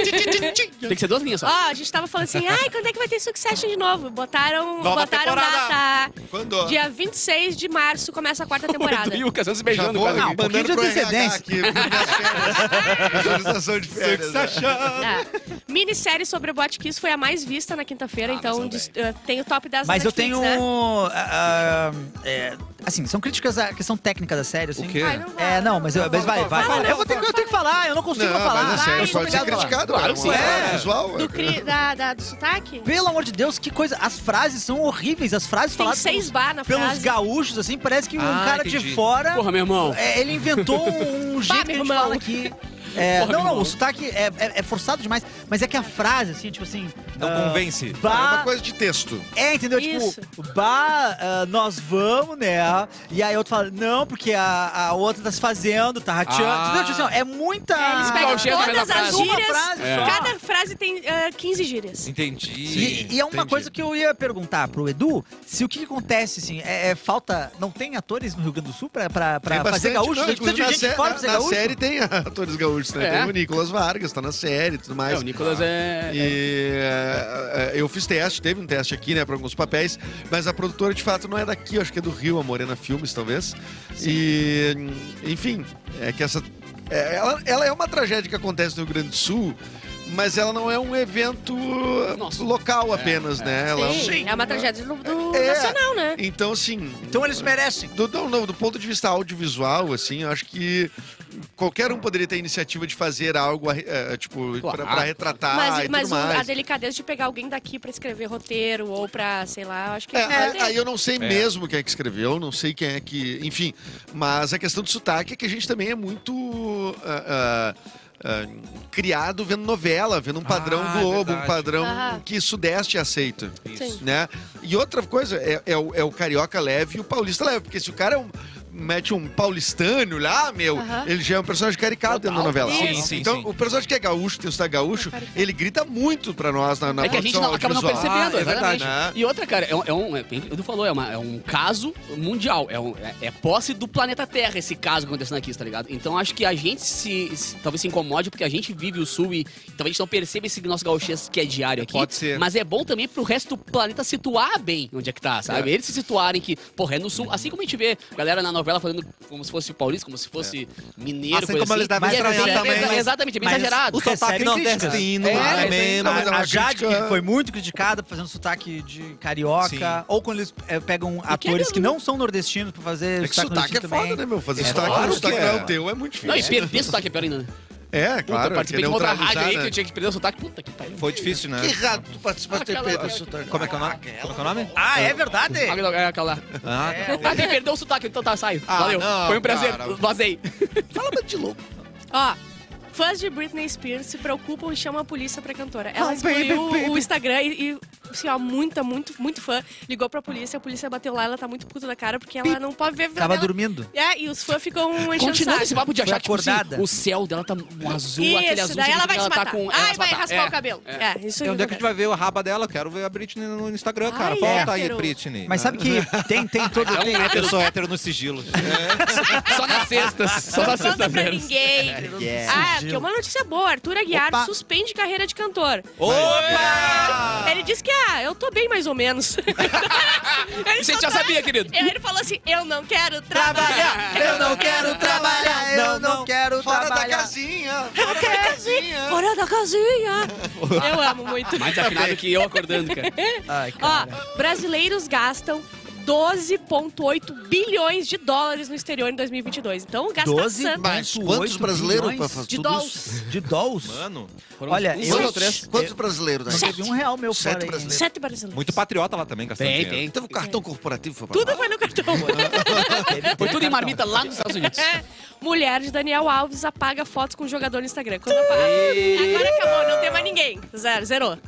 A: Tem que ser duas linhas
C: Ó,
A: só.
E: Ah,
C: a gente tava falando assim, ai, quando é que vai ter Succession de novo? Botaram,
B: Nova
C: botaram
B: temporada.
C: data.
E: Quando?
C: Dia 26 de março começa a quarta temporada.
A: O Edu e o Cassiano se
E: Já
A: beijando.
E: vou
A: quase.
D: Não, um pouquinho
E: mandando
D: de
E: pro RH
D: antecedência.
E: aqui. pro minhas férias. Visualização de férias. né?
C: Tá. Minissérie sobre Botkiss foi a mais vista na quinta-feira, então dis- eh, tem o top 10 da
D: Mas eu
C: Netflix,
D: tenho.
C: Né?
D: ah, ah, é, assim, são críticas à questão técnica da série, assim.
B: O quê?
C: Ai, não vai.
D: É, não, mas, eu- mas vai, vai.
C: fala,
D: eu, vou ter, que- eu tenho que falar, eu não consigo
E: Não,
D: falar.
E: mas é sério,
D: Eu sou
E: pode ser
D: obrigado a falar.
E: criticado.
A: Claro
E: cara,
A: que sim,
E: um
D: é.
E: visual.
C: Do, cri- da, da- do sotaque?
D: Pelo amor de Deus, que coisa. As frases são horríveis. As frases
C: Tem
D: faladas
C: seis
D: pelos,
C: bar na
D: pelos
C: frase.
D: gaúchos, assim, parece que
B: Ah,
D: um cara
B: entendi.
D: de fora.
A: Porra, meu irmão.
D: é, ele inventou um jeito que a gente
C: irmão. <laughs>
D: fala aqui. É,
A: Porra,
D: não,
A: meu
D: não,
A: irmão.
D: o sotaque é, é- é forçado demais. Mas é que a frase, assim, tipo assim.
B: Não
D: Ah,
B: convence.
E: É uma
D: Bah,
E: coisa de texto.
D: é, entendeu?
C: Isso.
D: Tipo, bah, ah, nós vamos, né? E aí a outra fala, não, porque a, a outra tá se fazendo, tá rateando.
B: Ah.
D: Entendeu? Tipo assim, ó, é muita...
C: Eles
A: Ah,
C: pegam
A: o cheiro da
C: todas
A: mesma
C: as
A: frase.
D: uma
C: gírias.
D: frase
A: É.
D: só.
C: Cada frase tem ah, 15 gírias.
B: Entendi.
D: E, e é uma
E: entendi.
D: coisa que eu ia perguntar pro Edu, se o que, que acontece, assim, é, é falta... Não tem atores no Rio Grande do Sul pra, pra, pra
E: Tem
D: fazer
E: bastante,
D: gaúcho?
E: não,
D: Tem
E: inclusive,
D: tanta
E: na,
D: gente
E: sé-
D: fora pra
E: na-
D: fazer
E: na
D: gaúcho?
E: série tem <laughs> atores gaúchos, né?
A: É.
E: Tem o Nicolas Vargas, tá na série e tudo
A: É,
E: mais.
A: o Nicolas
B: ah.
A: é.
E: E é, é, eu fiz teste, teve um teste aqui, né, pra alguns papéis, mas a produtora de fato não é daqui, eu acho que é do Rio, a Morena Filmes, talvez. E, enfim, é que essa. é, ela, ela é uma tragédia que acontece no Rio Grande do Sul, mas ela não é um evento
A: Nossa.
E: local apenas, né? Ela é um-
C: Sim, é uma tragédia do, do
E: É.
C: nacional, né?
E: Então, assim.
D: Então eles merecem.
E: Do, não, não, do ponto de vista audiovisual, assim, eu acho que qualquer um poderia ter a iniciativa de fazer algo, eh, tipo,
A: Claro.
E: pra, pra retratar
C: mas
E: e
C: mas o-
E: tudo
C: a
E: mais.
C: delicadeza de pegar alguém daqui pra escrever roteiro ou pra, sei lá, eu acho que.
E: É,
C: não
E: a-
C: tem.
E: aí eu não sei mesmo quem é que escreveu, não sei quem é que. Enfim, mas a questão do sotaque é que a gente também é muito. ah, ah, ah, criado vendo novela, vendo um padrão
B: Ah, é
E: Globo, um
B: verdade.
E: padrão
C: Ah.
E: que Sudeste aceita.
C: Sim.
E: né? E outra coisa é, é o, é o carioca leve e o paulista leve, porque se o cara é um- mete um paulistano lá, meu,
C: Aham.
E: ele já é um personagem caricado dentro da novela.
B: Sim, sim,
E: então,
B: sim.
E: o personagem que é gaúcho, tem o sotaque gaúcho, ele grita muito pra nós na, na
A: É que a gente
E: produção
A: não- acaba não
E: audiovisual.
A: percebendo,
B: Ah, é
A: exatamente.
E: verdade.
A: E outra, cara, é um. É um é, bem o que o Edu falou, é, uma- é um caso mundial. É, um- é- é posse do planeta Terra esse caso que acontecendo aqui, tá ligado? Então acho que a gente se, se- talvez se incomode porque a gente vive o sul e talvez a gente não perceba esse nosso gauchês que é diário aqui.
B: Pode ser.
A: Mas é bom também pro resto do planeta situar bem onde é que tá, sabe? Eles se situarem que, porra, é no sul. Assim como a gente vê galera na novela falando como se fosse paulista, como se fosse mineiro,
B: Assim
A: coisa
B: como eles devem
A: Mas é
B: estranhar
A: bem-
B: também, né?
A: exa-
B: mas-
A: Exatamente, é bem
D: mas
A: exagerado.
B: O
D: Recebe
B: sotaque
D: críticas.
B: nordestino
A: É,
B: é,
A: mas
B: menos.
E: mas é
D: A,
E: uma
D: a Jade,
E: crítica-
D: que foi muito criticada por fazendo sotaque de carioca,
B: Sim.
D: ou quando eles eh, pegam atores que não são nordestinos pra fazer
E: É que sotaque é
D: nordestino
E: foda,
D: também.
E: né, meu? Fazer
D: É
E: sotaque
B: claro
E: quando o
B: que
E: sotaque
B: é.
E: não é o teu é muito difícil.
A: Não, e perder sotaque é pior ainda, né?
E: É,
A: Puta,
E: claro.
A: participei
E: quer
A: de uma outra
E: neutralizar,
A: rádio aí que
E: né?
A: eu tinha que perder o sotaque. Puta que pariu.
B: Foi difícil, né?
E: Que errado, tu participaste
A: Aquela-
E: do
A: aquela-
E: sotaque.
B: Como é que é o nome? Como é que é o nome?
D: Ah, é verdade?
A: É aquela lá.
B: Ah,
A: Ah, quem perdeu o sotaque, então tá, sai.
E: Ah,
A: Valeu.
E: não,
A: Foi um prazer.
E: cara.
A: Vazei.
E: Fala de louco.
C: Ó, fãs de Britney Spears se preocupam e chamam a polícia pra cantora.
E: Oh,
C: Ela excluiu o Instagram e, e, assim, ó, muita, muito, muito fã ligou pra polícia, a polícia bateu lá, ela tá muito puta da cara porque ela não pode ver a vida
D: Tava
C: dela.
D: dormindo.
C: É, e os fãs ficam enchendo o
A: Continuando
C: saco.
A: esse papo de
D: Foi
A: achar, tipo assim,
D: acordada.
A: o céu dela tá um azul, aquele
C: Isso,
A: azul.
C: daí ela vai
A: significa que
C: se
A: ela
C: matar.
A: tá com... ela
C: Ai, vai
A: matar.
C: raspar
A: É.
C: o cabelo. É, isso aí.
B: E onde é que a gente vai ver o raba dela? Quero ver a Britney no Instagram, cara.
C: Ai,
B: Volta
C: Ah, é? hétero.
B: aí, Britney.
D: Mas sabe que
E: <laughs>
D: tem, tem todo...
B: É
D: Tem,
B: um hétero, eu sou hétero no sigilo.
A: <laughs> Só nas sextas. Só
C: Não
A: nas
C: conta pra
A: sextas-feiras.
C: ninguém.
D: Yeah.
C: Ah, que é uma notícia boa. Arthur Aguiar
D: Opa.
C: suspende carreira de cantor.
B: Opa!
C: Ele disse que, ah, eu tô bem mais ou menos. <laughs> ele
A: Isso
C: só
A: a gente já
C: tá-
A: sabia, querido.
C: Eu- Ele falou assim, eu não quero trabalhar.
D: Eu não quero trabalhar, eu não quero
E: Fora da
D: trabalhar.
E: casinha. Fora da casinha.
C: Fora da
A: <laughs>
C: casinha. eu amo muito.
A: Mais afinado que eu acordando, cara.
D: Ai,
C: Ó, brasileiros gastam 12,8 bilhões de dólares no exterior em 2022. Então, gastação
E: Mas quantos brasileiros pra fazer
C: de
E: tudo
C: dólares.
D: De dolls?
B: Mano,
A: Foram
D: Olha,
A: uns
D: eu-
A: dois ou três.
E: Quantos brasileiros, né?
D: Não teve um real meu fora
E: Sete
D: aí.
E: brasileiros.
C: Sete brasileiros.
B: muito patriota lá também, gastando
A: Tem,
B: dinheiro.
A: tem.
E: Teve o cartão corporativo, foi pra
A: é
C: Tudo foi no cartão. É,
A: Foi tudo em marmita lá nos Estados Unidos.
C: <laughs> Mulher de Daniel Alves apaga fotos com o jogador no Instagram. Quando apaga... Ah, Agora acabou, não tem mais ninguém. Zero, zerou.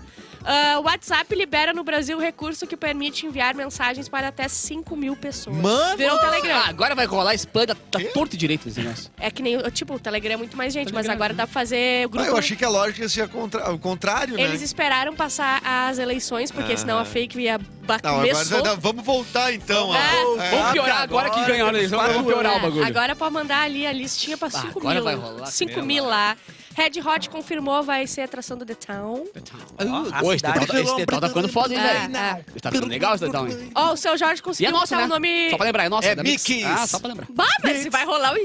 C: Ah, O WhatsApp libera no Brasil recurso que permite enviar mensagens para até 5 mil pessoas.
B: Mano!
C: Virou o Telegram.
A: Ah, agora vai rolar spam, tá tá torto e direito nesse negócio.
C: É que nem. Tipo, o Telegram é muito mais gente, mas agora dá pra fazer
E: Ah,
C: grupo.
A: né?
E: eu achei que a lógica ia ser a contra- o contrário,
C: Eles
E: né?
C: esperaram passar as eleições, porque senão a fake ia bater.
E: Ah. Não, agora não, vamos voltar então.
C: Vamos
E: ó.
C: voltar.
E: É,
A: Vamos piorar agora que ganhou a eleição, agora vamos piorar o bagulho.
C: Agora pra mandar ali a listinha pra 5
A: agora
C: mil.
A: vai rolar né?
C: 5 mil lá. Red Hot confirmou, vai ser atração do The Town.
D: Ah,
A: Ô,
D: a cidade-
A: esse detalhe tá- esse detalhe tá ficando foda, hein, velho?
C: É, é.
A: Esse Tá ficando legal esse detalhe, hein?
C: Ó, o seu Jorge
A: E é
C: conseguiu
A: nossa,
C: botar
A: né?
C: o nome.
A: Só pra lembrar, é nossa.
E: É
A: da Mix.
E: Mickey's.
A: Ah, só pra lembrar.
C: Bah, mas vai rolar o
A: É.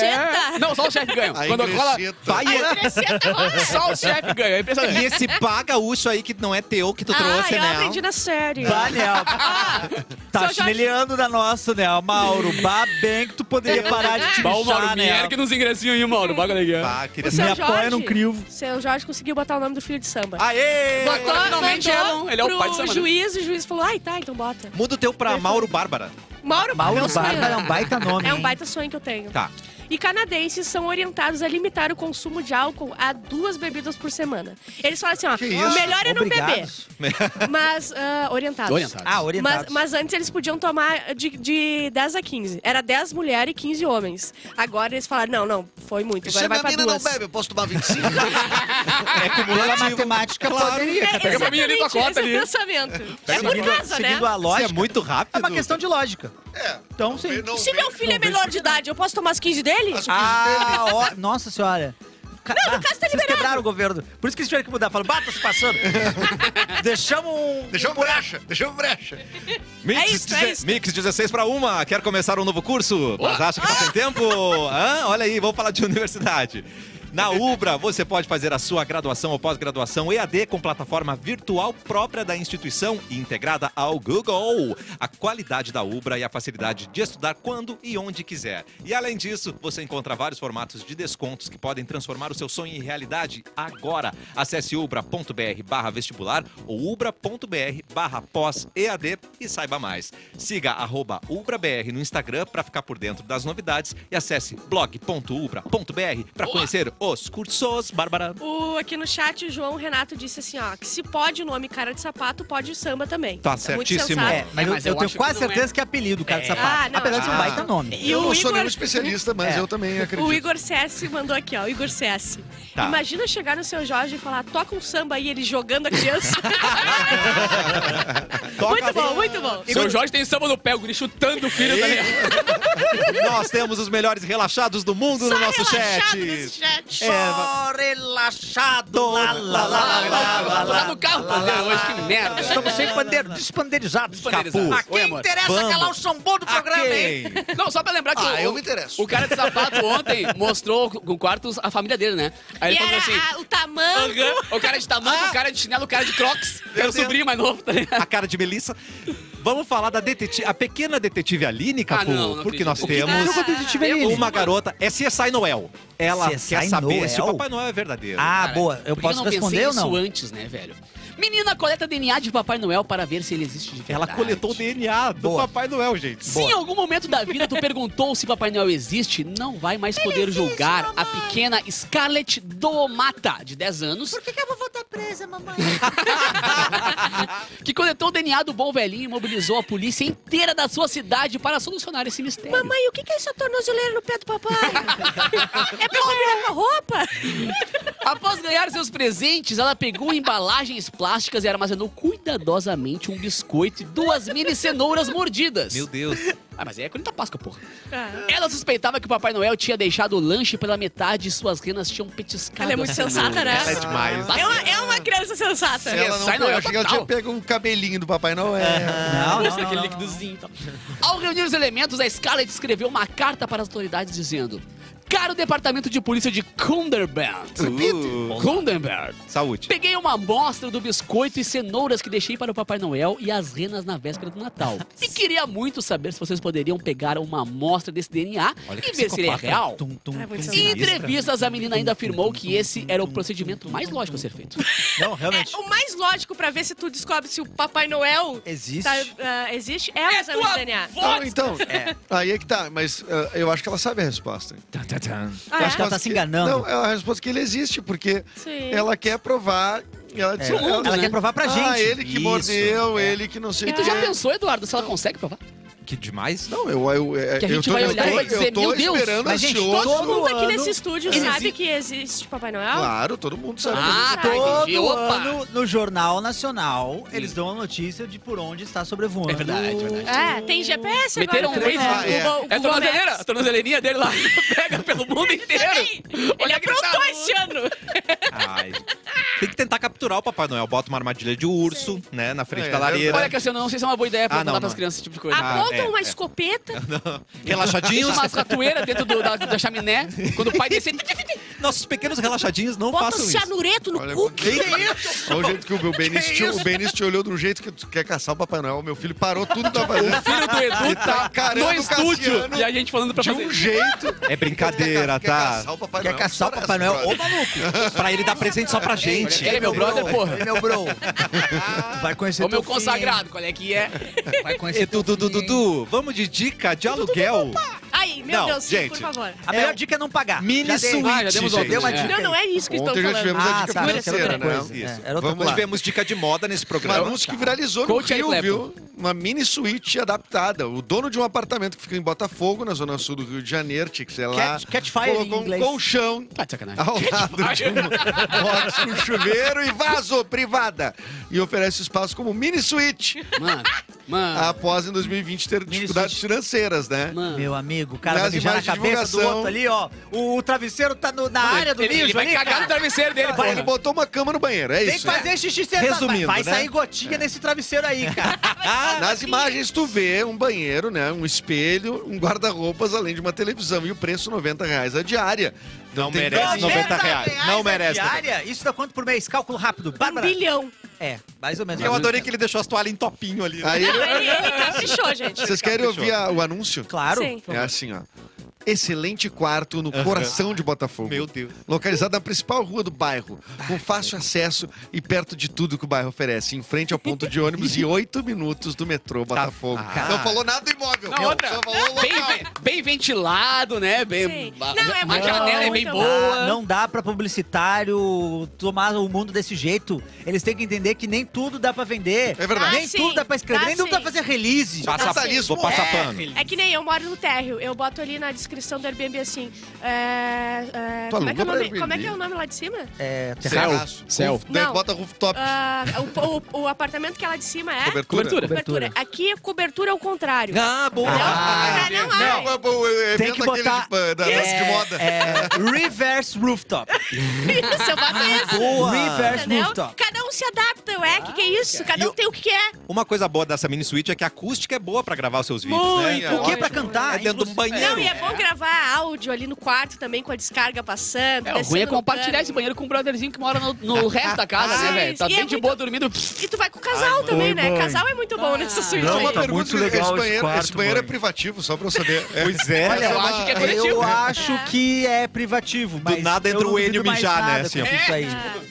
C: Ingresceta.
A: Não, só o chefe ganha.
E: Aí
A: Quando rola,
E: cresceta.
B: Vai,
C: A Ingresceta rola.
A: só o chefe ganha. É
B: E
A: impressionante.
B: esse pá gaúcho aí que não é teu, que tu
C: Ah,
B: trouxe,
C: eu
B: né?
C: aprendi na série.
D: Bah, Nel. Tá
C: Seu Jorge-
D: chineleando da nossa, né? Mauro, bah, bem que tu poderia parar de te
A: Bom, Mauro,
D: lixar,
A: me
D: né?
A: ergue nos ingressinhos aí, Mauro. Baga daqui, ó.
B: Pá, Ah, queria
C: é O seu
D: Me
C: Jorge,
D: apoia num crivo.
C: Seu Jorge conseguiu botar o nome do filho de samba.
B: Aê!
C: Botou,
A: Ah, finalmente
C: mandou
A: ela não- ele é o
C: pro
A: pai de samba, né?
C: juiz, o juiz falou, ai, tá, então bota.
B: Muda o teu pra Mauro Bárbara.
C: Mauro,
D: Mauro
C: meu sonho.
D: Bárbara é um baita nome,
C: É um
D: hein?
C: baita sonho que eu tenho.
B: Tá.
C: e canadenses são orientados a limitar o consumo de álcool a duas bebidas por semana. Eles falam assim, ó, melhor é não beber.
D: Obrigados.
C: Mas, ah, orientados.
A: Orientado.
D: Ah,
C: Mas,
D: orientados.
C: mas antes eles podiam tomar de, de 10 a 15. Era 10 mulheres e 15 homens. Agora eles falaram, não, não, foi muito,
E: Se
C: agora
E: a
C: vai
E: minha
C: pra
E: mina não
C: duas.
E: bebe, eu
B: <laughs>
E: posso tomar 25?
B: é
D: Pela matemática, poderia.
C: É,
A: Pega pra mim ali, tua
C: exatamente
A: cota
C: Esse
A: ali.
C: é o pensamento. É por
D: Seguindo-
C: casa, né?
D: Seguindo a lógica.
B: Isso é muito rápido.
D: É uma questão de lógica.
E: É.
D: Então, sim.
E: Não
C: Se
E: vem.
C: meu filho é menor de idade, eu posso tomar os 15 dele?
E: Mas o
D: Ah, ó, nossa senhora. Ca- ah,
C: Não, no caso tá
D: vocês
C: liberado.
D: quebraram o governo. Por isso que eles tiveram que mudar. Falaram, bata se <laughs> passando. Deixamos um...
E: Deixamos brecha, deixamos brecha.
B: Mix,
C: É isso, é
B: deze-
C: isso.
B: Mix 16 para uma. Quer começar um novo curso? Mas acha que tá sem tempo? Hã? Olha aí, vamos falar de <laughs> universidade. Na Ubra, você pode fazer a sua graduação ou pós-graduação EAD com plataforma virtual própria da instituição e integrada ao Google. A qualidade da Ubra e a facilidade de estudar quando e onde quiser. E além disso, você encontra vários formatos de descontos que podem transformar o seu sonho em realidade agora. Acesse ubra.br barra vestibular ou ubra.br barra pós-EAD e saiba mais. Siga arroba ubrabr no Instagram para ficar por dentro das novidades e acesse blog.ubra.br para conhecer os cursos, <laughs> Bárbara.
C: O, aqui no chat, o João Renato disse assim, ó, que se pode o nome cara de sapato, pode o samba também.
B: Tá
C: É muito
B: certíssimo.
C: sensato.
D: É, mas,
A: É, mas
D: eu,
A: eu
D: eu tenho
A: acho que
D: quase
A: não é.
D: certeza que é apelido, cara de sapato.
C: Ah, não,
D: Apesar de ser um
C: ah.
D: baita nome.
C: E
E: eu
C: o
E: não sou
C: Igor,
E: nenhum especialista, mas
A: É.
E: eu também acredito.
C: o Igor CS mandou aqui, ó, o Igor CS.
B: Tá.
C: Imagina chegar no seu Jorge e falar, toca um samba e ele jogando a criança. <laughs> muito bom, muito bom.
A: Seu Jorge tem samba no pé, o guri chutando o filho da
B: Nós temos os melhores relaxados do mundo no nosso
C: relaxado
B: chat.
C: nesse chat.
D: Só relaxado. É, Lá, lá, lá, lá, lá, lá, lá.
A: Tá no carro, pandeiro, hoje, que merda.
D: Estamos sem pandeiro, despandeirizados,
A: Despandeirizados.
D: Capu.
A: A quem Oi, amor.
D: interessa
B: Vamos. calar o
D: sambô do
B: A quem?
A: Não, só pra lembrar que
E: Ah,
A: o,
E: eu me interesso.
A: o cara de sapato ontem mostrou com quartos a família dele, né? Aí
C: E
A: ele falou
C: era
A: assim...
C: a- o tamanho.
A: "Aham." O cara de tamanho,
D: Ah.
A: o cara de chinelo, o cara de crocs. Meu
B: Deus.
A: sobrinho mais novo, tá ligado?
B: <laughs> a cara de Melissa. Vamos falar da detetive, a pequena detetive Aline, Capu,
A: Ah, não, não
B: porque nós
A: acredito.
B: temos
D: Jogo detetive Aline.
B: uma garota, é CSI Noel. Ela
D: CSI
B: quer saber
D: Noel?
B: se o Papai Noel é verdadeiro.
D: Ah,
A: Cara,
D: boa. Eu
A: por que
D: posso
A: não pensei
D: responder ou
A: nisso
D: não?
A: antes, né, velho? Menina coleta DNA de Papai Noel para ver se ele existe de
B: Ela
A: verdade.
B: coletou o DNA do
D: Boa.
B: Papai Noel, gente.
A: Se em algum momento da vida tu perguntou se Papai Noel existe, não vai mais poder julgar a pequena Scarlett Domata, de 10 anos,
M: Por que, que eu vou voltar presa, mamãe?
B: <laughs>
A: que coletou o DNA do bom velhinho e mobilizou a polícia inteira da sua cidade para solucionar esse mistério.
C: Mãe, o que que é essa tornozeleira no pé do papai? é pra combinar com a roupa?
A: Após ganhar seus presentes, ela pegou embalagens plásticas e armazenou cuidadosamente um biscoito e duas mini cenouras mordidas.
B: Meu Deus.
A: Ah, mas aí é Corinta Páscoa, porra. Ela suspeitava que o Papai Noel tinha deixado o lanche pela metade e suas renas tinham petiscado.
C: Ela é muito
A: as
C: sensata, né?
A: cenouras.
B: Ela é demais.
A: Mas-
C: É uma, é uma criança sensata.
E: Ela não
A: Sai,
E: foi,
A: não, é
E: eu achei que ela
A: total. É.
E: tinha pego o cabelinho do Papai Noel.
D: Não, não,
A: Mostra
D: não,
A: aquele
D: não, não.
A: líquidozinho e tal. Ao reunir os elementos, a Scarlett escreveu uma carta para as autoridades dizendo: Caro departamento de polícia de Cunderband.
B: Uh,
A: Cunderband.
B: <laughs> saúde.
A: Peguei uma amostra do biscoito e cenouras que deixei para o Papai Noel e as renas na véspera do Natal. E queria muito saber se vocês poderiam pegar uma amostra desse DNA
B: Olha que
A: e ver se ele é
B: psicopata.
A: real.
D: Tum, tum,
C: Ai, muito
D: tum.
C: sensato.
A: Em entrevistas, a menina ainda afirmou que esse era o procedimento mais lógico a ser feito.
D: Não, realmente.
C: É, o mais lógico pra ver se tu descobre se o Papai Noel
D: Existe.
C: tá, ah, existe é o exame de DNA.
E: Não, então, aí é que tá, mas ah, eu acho que ela sabe a resposta.
C: Ah,
D: Eu acho que
C: é?
D: ela tá se enganando.
E: Não, é a resposta que ele existe, porque
C: Sim.
E: ela é quer provar. Ela
D: É,
E: disse,
A: Pro mundo,
D: ela
A: né?
D: quer provar pra gente. É.
E: Ah, ele que
B: Isso,
E: mordeu, ele que não sei
A: E
E: o
A: tu já
E: quê.
A: pensou, Eduardo, se ela consegue provar?
B: Que demais.
E: Não, eu, eu, eu,
A: Que a
E: eu
A: gente
E: tô,
A: vai
E: eu
A: olhar e
E: tô-
A: vai dizer,
E: eu tô
A: "Meu Deus".
E: esperando
D: Mas, gente,
E: ansioso.
D: todo-
C: Todo mundo aqui
D: ano
C: nesse estúdio sabe que existe Papai Noel?
E: Claro, todo mundo sabe.
A: <laughs> Ah, tá, entendi.
D: Todo
A: Opa!
D: ano, no Jornal Nacional, eles dão a notícia de por onde está sobrevoando.
A: É verdade, é verdade.
C: É, tem GPS agora.
A: Meteram um
C: também,
E: Waze
C: né?
E: lá,
C: Google-
A: É a
C: Google
A: tornozeleira,
C: Maps.
A: a tornozeleirinha dele lá. <laughs> Pega pelo mundo inteiro.
C: Ele é aprontou esse ano.
B: Ai. Tem que tentar capturar o Papai Noel. Bota uma armadilha de urso, né, na frente
E: É,
B: da lareira.
A: Olha, Cassiano, não sei se é uma boa ideia pra
B: Ah, não,
A: mandar pras
B: não.
A: crianças esse tipo de coisa.
C: Apronta
B: é,
C: uma
B: é.
C: escopeta.
A: Tinha
B: Relaxadinhos.
A: umas ratoeiras dentro do- da, da chaminé. Quando o pai descer,
B: Nossos pequenos relaxadinhos não
C: Bota
B: façam
C: um
B: isso.
C: cianureto no
E: Olha,
C: cu.
E: que isso? Olha o jeito
D: <laughs>
E: que o Benício te, o Benício te olhou do jeito que tu quer caçar o Papai Noel. Meu filho parou tudo que tá fazendo.
A: filho do Edu tá
E: encarando
A: no
E: o
A: estúdio.
E: Cassiano
A: E a gente falando pra
E: De
A: fazer.
E: um jeito.
B: É brincadeira,
E: <laughs> Quer
B: tá?
E: caçar o Papai
D: Quer
E: Noel?
D: caçar o
E: Parece,
D: Papai Noel?
E: brother.
D: Ô, maluco!
B: Pra ele dar presente só pra gente.
A: Ele é meu brother, porra.
D: Ele é meu bro. Tu vai conhecer
A: Ô, meu
D: teu filho.
A: consagrado, qual é que é?
D: Vai conhecer
B: Edu,
D: teu
B: Dudu,
D: filho.
B: Dudu, vamos de dica de aluguel.
C: Ai, Ai, meu
B: Não,
C: Deus, sim,
B: gente.
C: por favor.
D: A melhor dica é não pagar.
B: Mini
D: Já dei.
B: suíte,
A: Ah, já demos outra.
B: gente.
D: Deu uma
A: É.
D: dica.
C: Não, não é isso que estão
E: Ontem já
C: falando.
E: tivemos a
D: Ah,
E: dica
D: tá, era
E: financeira,
D: outra
E: né?
D: coisa.
B: Isso.
D: É, era outra
B: Vamos
D: coisa.
B: tivemos dica de moda nesse
E: Um
B: programa.
E: anúncio
D: tá.
E: que viralizou no
A: Coach Eric
E: Rio,
A: Clapton.
E: viu? Uma mini suíte adaptada. O dono de um apartamento que fica em Botafogo, na zona sul do Rio de Janeiro, tinha que ser lá.
D: Cat- catfire
E: colocou
D: em
E: um
D: inglês. Ah.
E: colchão
A: Tá de sacanagem.
E: ao lado de um box com chuveiro e vaso privada. E oferece espaço como mini suíte.
A: Mano, mano,
D: Ah.
E: Após em 2020 ter dificuldades financeiras, né?
A: mano.
D: Meu amigo, o cara vai
E: Nas
D: mijar na
E: imagens de
D: cabeça do
E: divulgação.
D: outro ali, ó. O, o travesseiro tá no- na área do
A: ele,
D: mijo
A: ele vai
D: ali,
A: cagar
D: cara.
A: no travesseiro dele,
E: Pô, ele
A: porra.
E: botou uma cama no banheiro, é
D: Tem que
E: isso.
D: fazer xixi sentado.
B: Resumindo,
D: Vai
B: né?
D: sair gotinha nesse travesseiro aí, <laughs> cara.
E: Nas imagens tu vê um banheiro, né? Um espelho, um guarda-roupas, além de uma televisão. E o preço, 90 reais a diária.
B: Não
E: tem
B: merece
E: gracinha.
B: 90 reais. é Não
D: a
B: merece.
D: é diária? Isso dá quanto por mês? Cálculo rápido.
C: Um
D: Bárbara.
C: bilhão.
D: É, mais ou menos.
B: Eu adorei que ele deixou as toalhas em topinho ali. né?
E: Aí,
C: Ele, ele caprichou, gente.
E: vocês querem ouvir a- o anúncio?
D: Claro.
C: Sim.
E: É assim, ó. Excelente quarto no coração de Botafogo.
B: Meu Deus.
E: Localizado na principal rua do bairro, com fácil acesso e perto de tudo que o bairro oferece. Em frente ao ponto de ônibus e oito minutos do metrô Botafogo.
B: Ah.
E: Não falou nada do imóvel.
A: Na outra.
E: Só falou o
A: Bem,
E: local.
A: ve- bem ventilado, né? Bem,
C: Sim. Não, é
A: a
C: muito
A: janela
C: bom,
A: é bem
C: muito
A: boa.
D: Ah, não dá pra publicitário tomar o mundo desse jeito. Eles têm que entender que nem tudo dá pra vender.
E: É verdade.
D: nem
C: Ah, sim.
D: tudo dá pra escrever,
C: Ah,
D: nem tudo
C: sim.
D: dá pra fazer release.
B: Passa
E: Tá
B: pano.
E: feliz,
B: Vou
E: pô.
B: passar
E: É,
B: pano.
C: É que nem eu moro no térreo. Eu boto ali na descrição do Airbnb assim. É, é,
E: Tu
C: como, é que é o
E: aluga pra
C: nome, como é que é o
E: Airbnb?
C: nome lá de cima?
D: É, terraço.
A: Céu,
E: Terraço.
A: céu.
E: Daí
C: Não.
E: Bota rooftop,
C: Ah, o, o- o apartamento que é lá de cima é.
E: cobertura.
A: Cobertura.
C: Cobertura. Aqui é cobertura ao
A: <laughs>
C: contrário.
B: Ah, boa.
C: Ah, não, ah,
E: Não, é bom, é
D: Tem
E: evento
D: que
E: aquele
D: botar-
E: de, da-
D: É,
E: de moda.
D: é, reverse rooftop.
C: Isso, eu boto
A: Ah,
C: isso.
D: Boa. Reverse
C: Entendeu?
D: rooftop.
C: Cada um se adapta, ué. O que, que é isso? Cada um tem o que quer.
B: Uma coisa boa dessa mini suíte é que a acústica é boa pra gravar os seus vídeos, né?
E: Muito.
B: É
D: O que
B: ótimo.
D: é pra cantar?
B: É dentro de um
D: inclusive?
B: banheiro.
C: Não, e é bom gravar áudio ali no quarto também, com a descarga passando.
A: É, o ruim é
C: descendo no
A: compartilhar
C: cano.
A: esse banheiro com o brotherzinho que mora no, no resto da casa, né,
C: Sim,
A: velho? Tá
C: e é
A: bem de
C: muito-
A: boa dormindo.
C: E tu vai com o casal também, né? Casal é muito bom nessa suíte.
E: Não, tá uma
C: aí.
E: pergunta.
I: muito legal
E: esse
I: esse
E: banheiro,
I: quarto,
E: esse banheiro é
I: mãe.
E: privativo, só pra eu saber. É.
B: Pois é.
D: Olha,
A: Eu
D: eu
A: acho que é
D: Ah, Eu
A: coletivo.
D: acho que é privativo, mas
B: nada entra
D: eu não
B: o Enio
D: duvido mais
B: mijar, né,
D: nada
B: assim, ó.
D: com isso aí.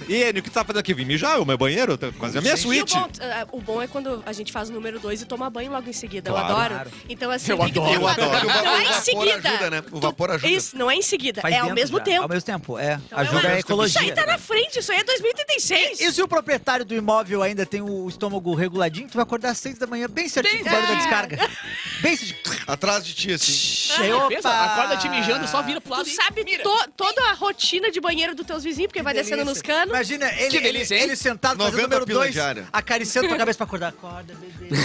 B: E Enio, o que tu tá fazendo aqui? Vim mijar o meu banheiro? Tá fazendo a
C: E
B: minha
C: o
B: suíte.
C: bom, ah, o bom é quando a gente faz o número 2 e toma banho logo em seguida.
B: Claro.
C: Eu adoro.
D: Claro.
C: Então, assim,
A: Eu
C: tem que ter
A: adoro.
E: Eu
C: cuidado.
E: adoro. O vapor-
C: Não
E: o
C: é em
E: vapor
C: seguida.
E: ajuda, né? O
C: Tu-
E: vapor ajuda.
C: Isso, não é em seguida.
D: Faz
C: é ao
D: dentro
C: mesmo
D: já. Ao
C: tempo.
D: mesmo tempo, é.
C: Então, é
D: Ajuda
C: uma-
D: a
C: Isso
D: ecologia.
C: aí tá na frente, isso aí é 2036.
D: E se o proprietário do imóvel ainda tem o estômago reguladinho, tu vai acordar às seis da manhã, bem certinho, com o barulho da descarga. Bem certinho.
E: Atrás de ti, assim.
D: Aí,
A: Ah,
D: opa!
A: pensa, Acorda te mijando, só vira pro lado.
C: Tu
A: e-
C: sabe
A: mira.
C: to- toda a rotina de banheiro dos teus vizinhos, porque vai descendo nos canos.
D: Imagina ele,
A: Que delícia,
D: ele,
A: hein?
D: ele sentado
E: 90
D: fazendo
B: é
D: número
E: pila
D: 2,
E: diária.
D: acariciando tua cabeça pra acordar. Acorda,
B: <laughs>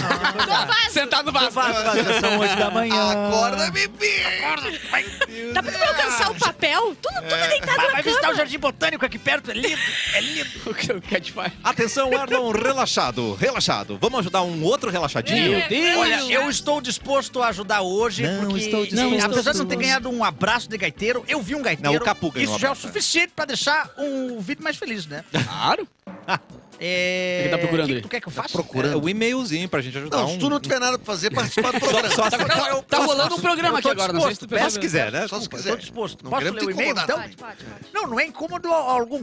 D: bebê. Acorda.
A: tá. Sentado no vaso.
D: Vá, vá, já São 8 da manhã.
E: Acorda, bebê!
C: Dá pra tu pra alcançar o papel? Tudo, tudo deitado na
D: Vai visitar o Jardim Botânico aqui perto, é lindo. É lindo.
A: <laughs> O que o Catfire?
B: Atenção, Arnon, relaxado, relaxado. Vamos ajudar um outro relaxadinho?
A: Meu Deus.
D: Olha, eu estou disposto a ajudar hoje,
B: Não
D: porque
B: estou disposto.
D: Não, apesar de não ter ganhado um abraço de gaiteiro, eu vi um gaiteiro.
B: Não, o Capu ganhou um
D: Isso já é o
B: abraço,
D: suficiente pra deixar um vídeo mais feliz,
A: <laughs>
D: né?
A: Claro.
D: É...
A: Ele tá
D: o
A: procurando
D: que
A: aí.
D: que tu quer que eu faça?
B: É, o e-mailzinho pra gente ajudar
E: Não,
B: um.
E: se tu não tiver nada pra fazer, participar do programa.
B: Só
A: Tá,
B: se-
A: tá- tá rolando um programa
D: eu
A: aqui
D: tô
A: agora, não sei se tu
D: disposto,
B: só
A: percebeu.
B: se quiser, né?
E: Só se
D: Eu tô
E: quiser.
D: disposto.
E: Não
D: Posso
E: queremos
D: ler o
E: te
D: e-mail,
E: incomodar.
D: então?
C: Pode, pode, pode.
D: Não, não é incômodo algum.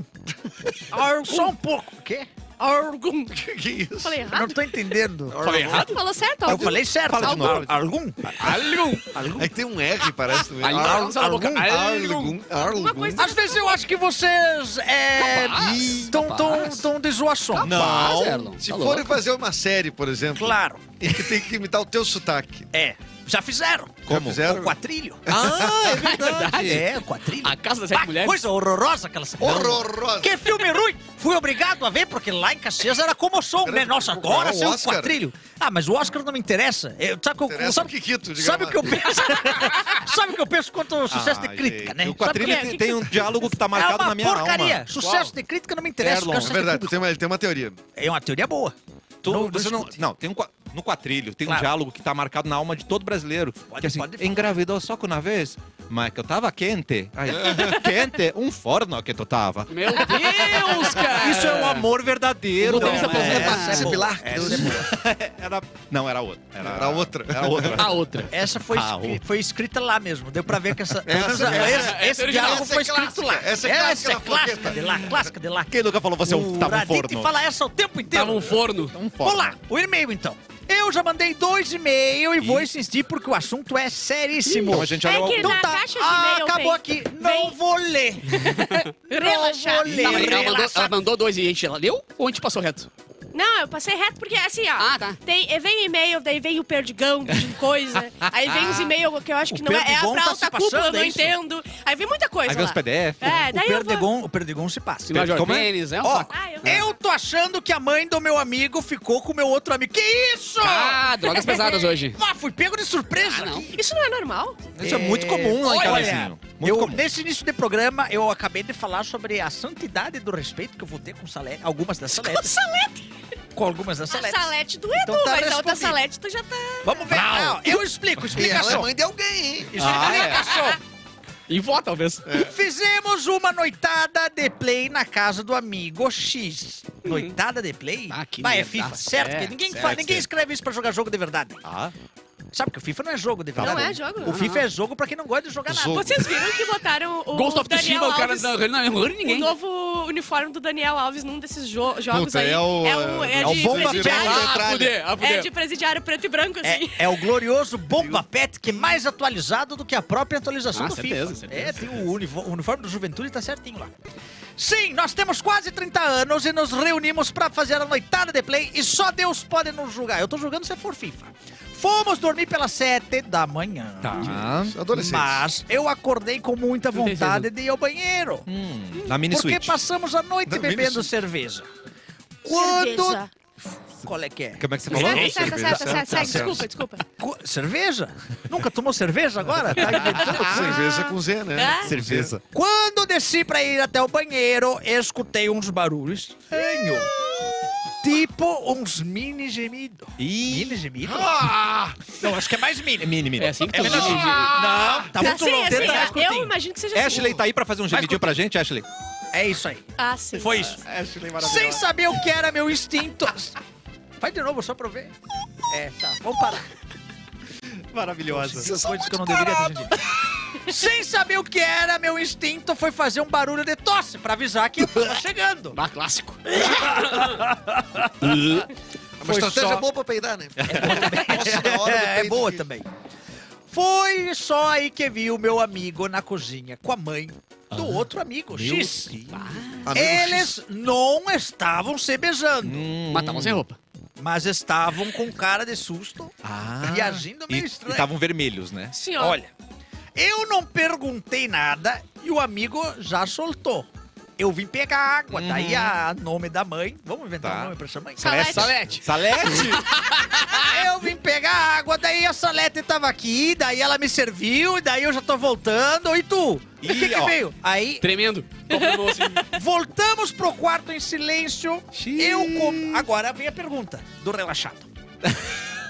D: Só um pouco. O quê?
C: Algum.
E: Que isso?
C: Falei
D: Eu não
C: errado?
D: tô entendendo.
A: Falei errado?
C: Falou certo?
D: Eu
C: Algum.
D: falei certo.
B: Fala de novo.
D: Algum?
A: Algum.
E: É que tem um R, parece. também.
A: Ali,
E: Ar-
A: balança a boca. Algum.
E: Algum. Algum.
C: coisa-
D: Às vezes eu acho que vocês é,
A: Capaz,
D: tão, tão,
A: capaz.
D: tão de zoação.
A: Paz,
B: Não.
A: Erlon.
E: Se
A: Tá
E: forem fazer uma série, por exemplo,
D: Claro,
E: e que tem que imitar o teu sotaque.
D: é. Já fizeram.
E: Como?
D: Com o quadrilho.
A: <laughs>
D: <laughs>
B: Ah, é verdade.
D: É, o quadrilho.
A: A Casa das
D: Bah,
A: Sete Mulheres.
D: Coisa horrorosa aquela série.
E: Horrorosa.
D: Que filme ruim! Fui obrigado a ver, porque lá em Caxias era comoção, né? Nossa, agora
E: o
D: seu
E: Oscar.
D: quadrilho. Ah, mas o Oscar não me interessa. Eu, sabe que eu,
E: Interessa
D: sabe,
E: o Kikito, diga
D: sabe
E: lá.
D: o que eu penso? sabe o que eu penso <laughs> quanto ao sucesso
B: Ah,
D: de crítica,
B: gente,
D: né?
B: O
D: Sabe
B: quadrilho
D: que é?
B: tem, tem um diálogo que tá
D: É
B: marcado
D: uma
B: na minha
D: porcaria.
B: alma.
D: Sucesso de crítica não me interessa.
B: Erlon,
D: cansa
E: É
D: de
E: verdade,
D: público.
E: tem uma, ele tem uma teoria.
D: É uma teoria boa.
B: Tu-
D: Não,
B: você não,
D: <laughs> discute.
B: não, tem um qua- no quadrilho, tem um
D: Claro.
B: diálogo que tá marcado na alma de todo brasileiro.
D: Pode-
B: que assim,
D: pode falar.
B: engravidou só com uma vez, mas que eu tava quente. Aí, <laughs> quente? Um forno que tu tava.
A: Meu Deus, cara.
B: Isso é um amor verdadeiro.
A: O roteirista
B: não
A: pensou,
B: é-
A: "Pá, essa é
D: boa,
E: Pilar,
D: essa é boa.
B: <laughs> Era, não, era outra. Era,
E: Era outra.
B: Era outra.
A: A outra.
D: Essa foi,
B: Ah,
D: escri- foi escrita lá mesmo. Deu pra ver que essa,
E: Essa
D: essa,
E: mesmo.
D: esse-
A: Essa é
D: esse
A: original,
D: diálogo
E: essa é
D: foi escrito
E: clássica,
D: lá.
E: essa
D: Essa
E: é
D: é
E: clássica, ela
D: clássica
E: fogueta.
D: de lá, clássica de lá.
B: Quem nunca falou você é um,
D: O
B: tava um
D: Raditz
B: forno?
D: fala essa o tempo inteiro.
A: Tava um forno.
B: Um forno.
D: Vamos lá, o e-mail então. Eu já mandei dois e-mails e vou insistir porque o assunto é seríssimo.
B: Então a gente olha
C: É
B: o-
C: que-
D: Então
C: Na
D: tá,
C: caixa de
D: ah,
C: e-mail
D: acabou
C: vem.
D: aqui. Não vou ler. Não vou
C: Relaxado.
A: Tá, mas ela,
D: ler.
A: mandou, ela mandou dois e a gente, ela leu ou a gente passou reto?
C: Não, eu passei reto porque assim, ó.
A: Ah, tá.
C: Tem, eh, vem e-mail, daí vem o perdigão de
A: <laughs>
C: coisa. aí vem
A: Ah.
C: os e-mails que eu acho
D: O
C: que não é. É
D: Perdigão
C: pra
D: tá se
C: alta cúpula, eu
D: passando,
C: não
D: é isso?
C: entendo. Aí vem muita coisa.
B: Aí vem
C: lá.
B: os PDF.
C: É,
D: O
C: daí eu vou.
D: Perdegon, o Perdegon se passa.
A: Major
B: como é?
A: Tênis, é um
D: Ó,
A: saco.
C: Ah, eu-
D: eu tô achando que a mãe do meu amigo ficou com o meu outro amigo. Que isso?
A: Ah, drogas pesadas hoje.
D: Ah, fui pego de surpresa.
A: Ah, não.
C: Isso não é normal?
B: Isso é muito comum lá em
D: Olha,
B: Calezinho. Muito
D: eu,
B: comum.
D: Nesse início de programa, eu acabei de falar sobre a santidade do respeito que eu vou ter com salé, algumas das
C: Com
D: saletes.
C: salete.
D: Com algumas
C: A
D: das saletes.
C: salete do Edu,
D: É Então
C: mas
D: tá
C: a outra
D: respondido.
C: salete tu já tá.
D: Vamos ver. Não, eu explico,
E: E ela é
D: explicação.
E: mãe de alguém, hein?
D: Explicação.
A: E vó, talvez.
C: É.
D: Fizemos uma noitada de play na casa do amigo X. Noitada de play?
A: Ah, que
D: Vai, é
A: merda.
D: FIFA, certo?
A: É,
D: que ninguém
A: certo,
D: faz, ninguém
A: certo.
D: escreve isso pra jogar jogo de verdade.
B: Ah,
D: Sabe que o FIFA não é jogo de verdade.
C: Não é jogo.
D: O FIFA é jogo pra quem não gosta de jogar nada.
E: Jogo.
C: Vocês viram que botaram
D: <laughs>
C: o.
A: Ghost of
C: Daniel
A: Tsushima, o cara
C: Alves-
A: não não engorda
C: O
A: ninguém.
C: novo uniforme do Daniel Alves num desses jo- jogos
E: Puta,
C: aí.
E: é o-
C: um, é,
E: é
D: o
C: de
D: bomba
C: presidiário.
E: pet.
A: Ah, fuder, ah,
C: É
A: fuder.
C: de presidiário preto e branco, assim.
D: É, é o glorioso Bomba Pet, que é mais atualizado do que a própria atualização
A: Ah,
D: do
A: certeza,
D: FIFA.
A: certeza,
D: é, tem o, univo- o uniforme do Juventude tá certinho lá. Sim, nós temos quase 30 anos e nos reunimos pra fazer a noitada de play e só Deus pode nos julgar. Eu tô julgando se for FIFA. Fomos dormir pelas 7 da manhã.
B: tá.
E: Adolescente.
D: Mas eu acordei com muita
A: Não tem
D: vontade de ir ao banheiro.
B: Hum, na mini
D: Porque
B: suíte.
D: passamos a noite
E: Não,
D: bebendo
E: mini
D: cerveja. Quando.
C: Cerveja.
D: Qual é que é?
B: Como é que você falou?
C: Certo, certo, certo, certo, certo. Desculpa, desculpa.
D: Co- Cerveja? Nunca tomou cerveja agora? Tá inventando
E: Então, Cerveja com Z, né?
C: Ah.
B: Cerveja.
D: Quando desci pra ir até o banheiro, escutei uns barulhos estranhos. Tipo uns mini gemidos.
B: Ih. Ah.
D: Mini gemido? Não, acho que é mais
B: É
D: mini.
B: mini, mini.
A: É assim que tu
D: menor.
A: diz.
D: Não, tá muito
C: Assim,
D: longo.
C: assim,
D: Tenta mais
C: eu
D: curtinho.
C: imagino que seja
B: Ashley tá aí pra fazer um gemidinho pra gente, Ashley?
D: É isso aí.
C: Ah, sim.
D: Foi isso. Sem saber o que era meu instinto. Vai de novo, só pra eu ver. É, tá. Vamos parar.
B: Maravilhosa.
D: Coisas que eu não deveria ter gente. Sem saber o que era, meu instinto foi fazer um barulho de tosse pra avisar que eu tava chegando.
C: <laughs>
A: Ah, clássico.
E: É uma
D: Foi
E: estratégia
D: só-
E: boa pra peidar, né?
D: É,
E: na hora do
D: é
E: peito
D: boa
E: que-
D: também. Foi só aí que vi o meu amigo na cozinha com a mãe do outro amigo, X.
E: Amigo
D: Eles
E: X.
D: não estavam se beijando,
A: Mas tavam sem Hum. roupa.
D: mas estavam com cara de susto
B: Ah.
D: e agindo
B: E
D: meio tá estranho.
B: estavam vermelhos,
D: <laughs>
B: né?
C: Senhor.
D: Olha, eu não perguntei nada e o amigo já soltou. Eu vim pegar água, daí a nome da mãe. Vamos inventar
B: Tá.
D: um nome pra essa mãe?
C: Salete.
A: Salete.
B: Salete!
D: Eu vim pegar água, daí a Salete tava aqui, daí ela me serviu, e daí eu já tô voltando. E tu? O
B: Ih,
D: que, que
B: ó.
D: veio?
C: <laughs>
D: Aí
A: Tremendo. Comprou assim.
D: voltamos pro quarto em silêncio. Eu com... Agora vem a pergunta do
B: <laughs>
D: relaxado.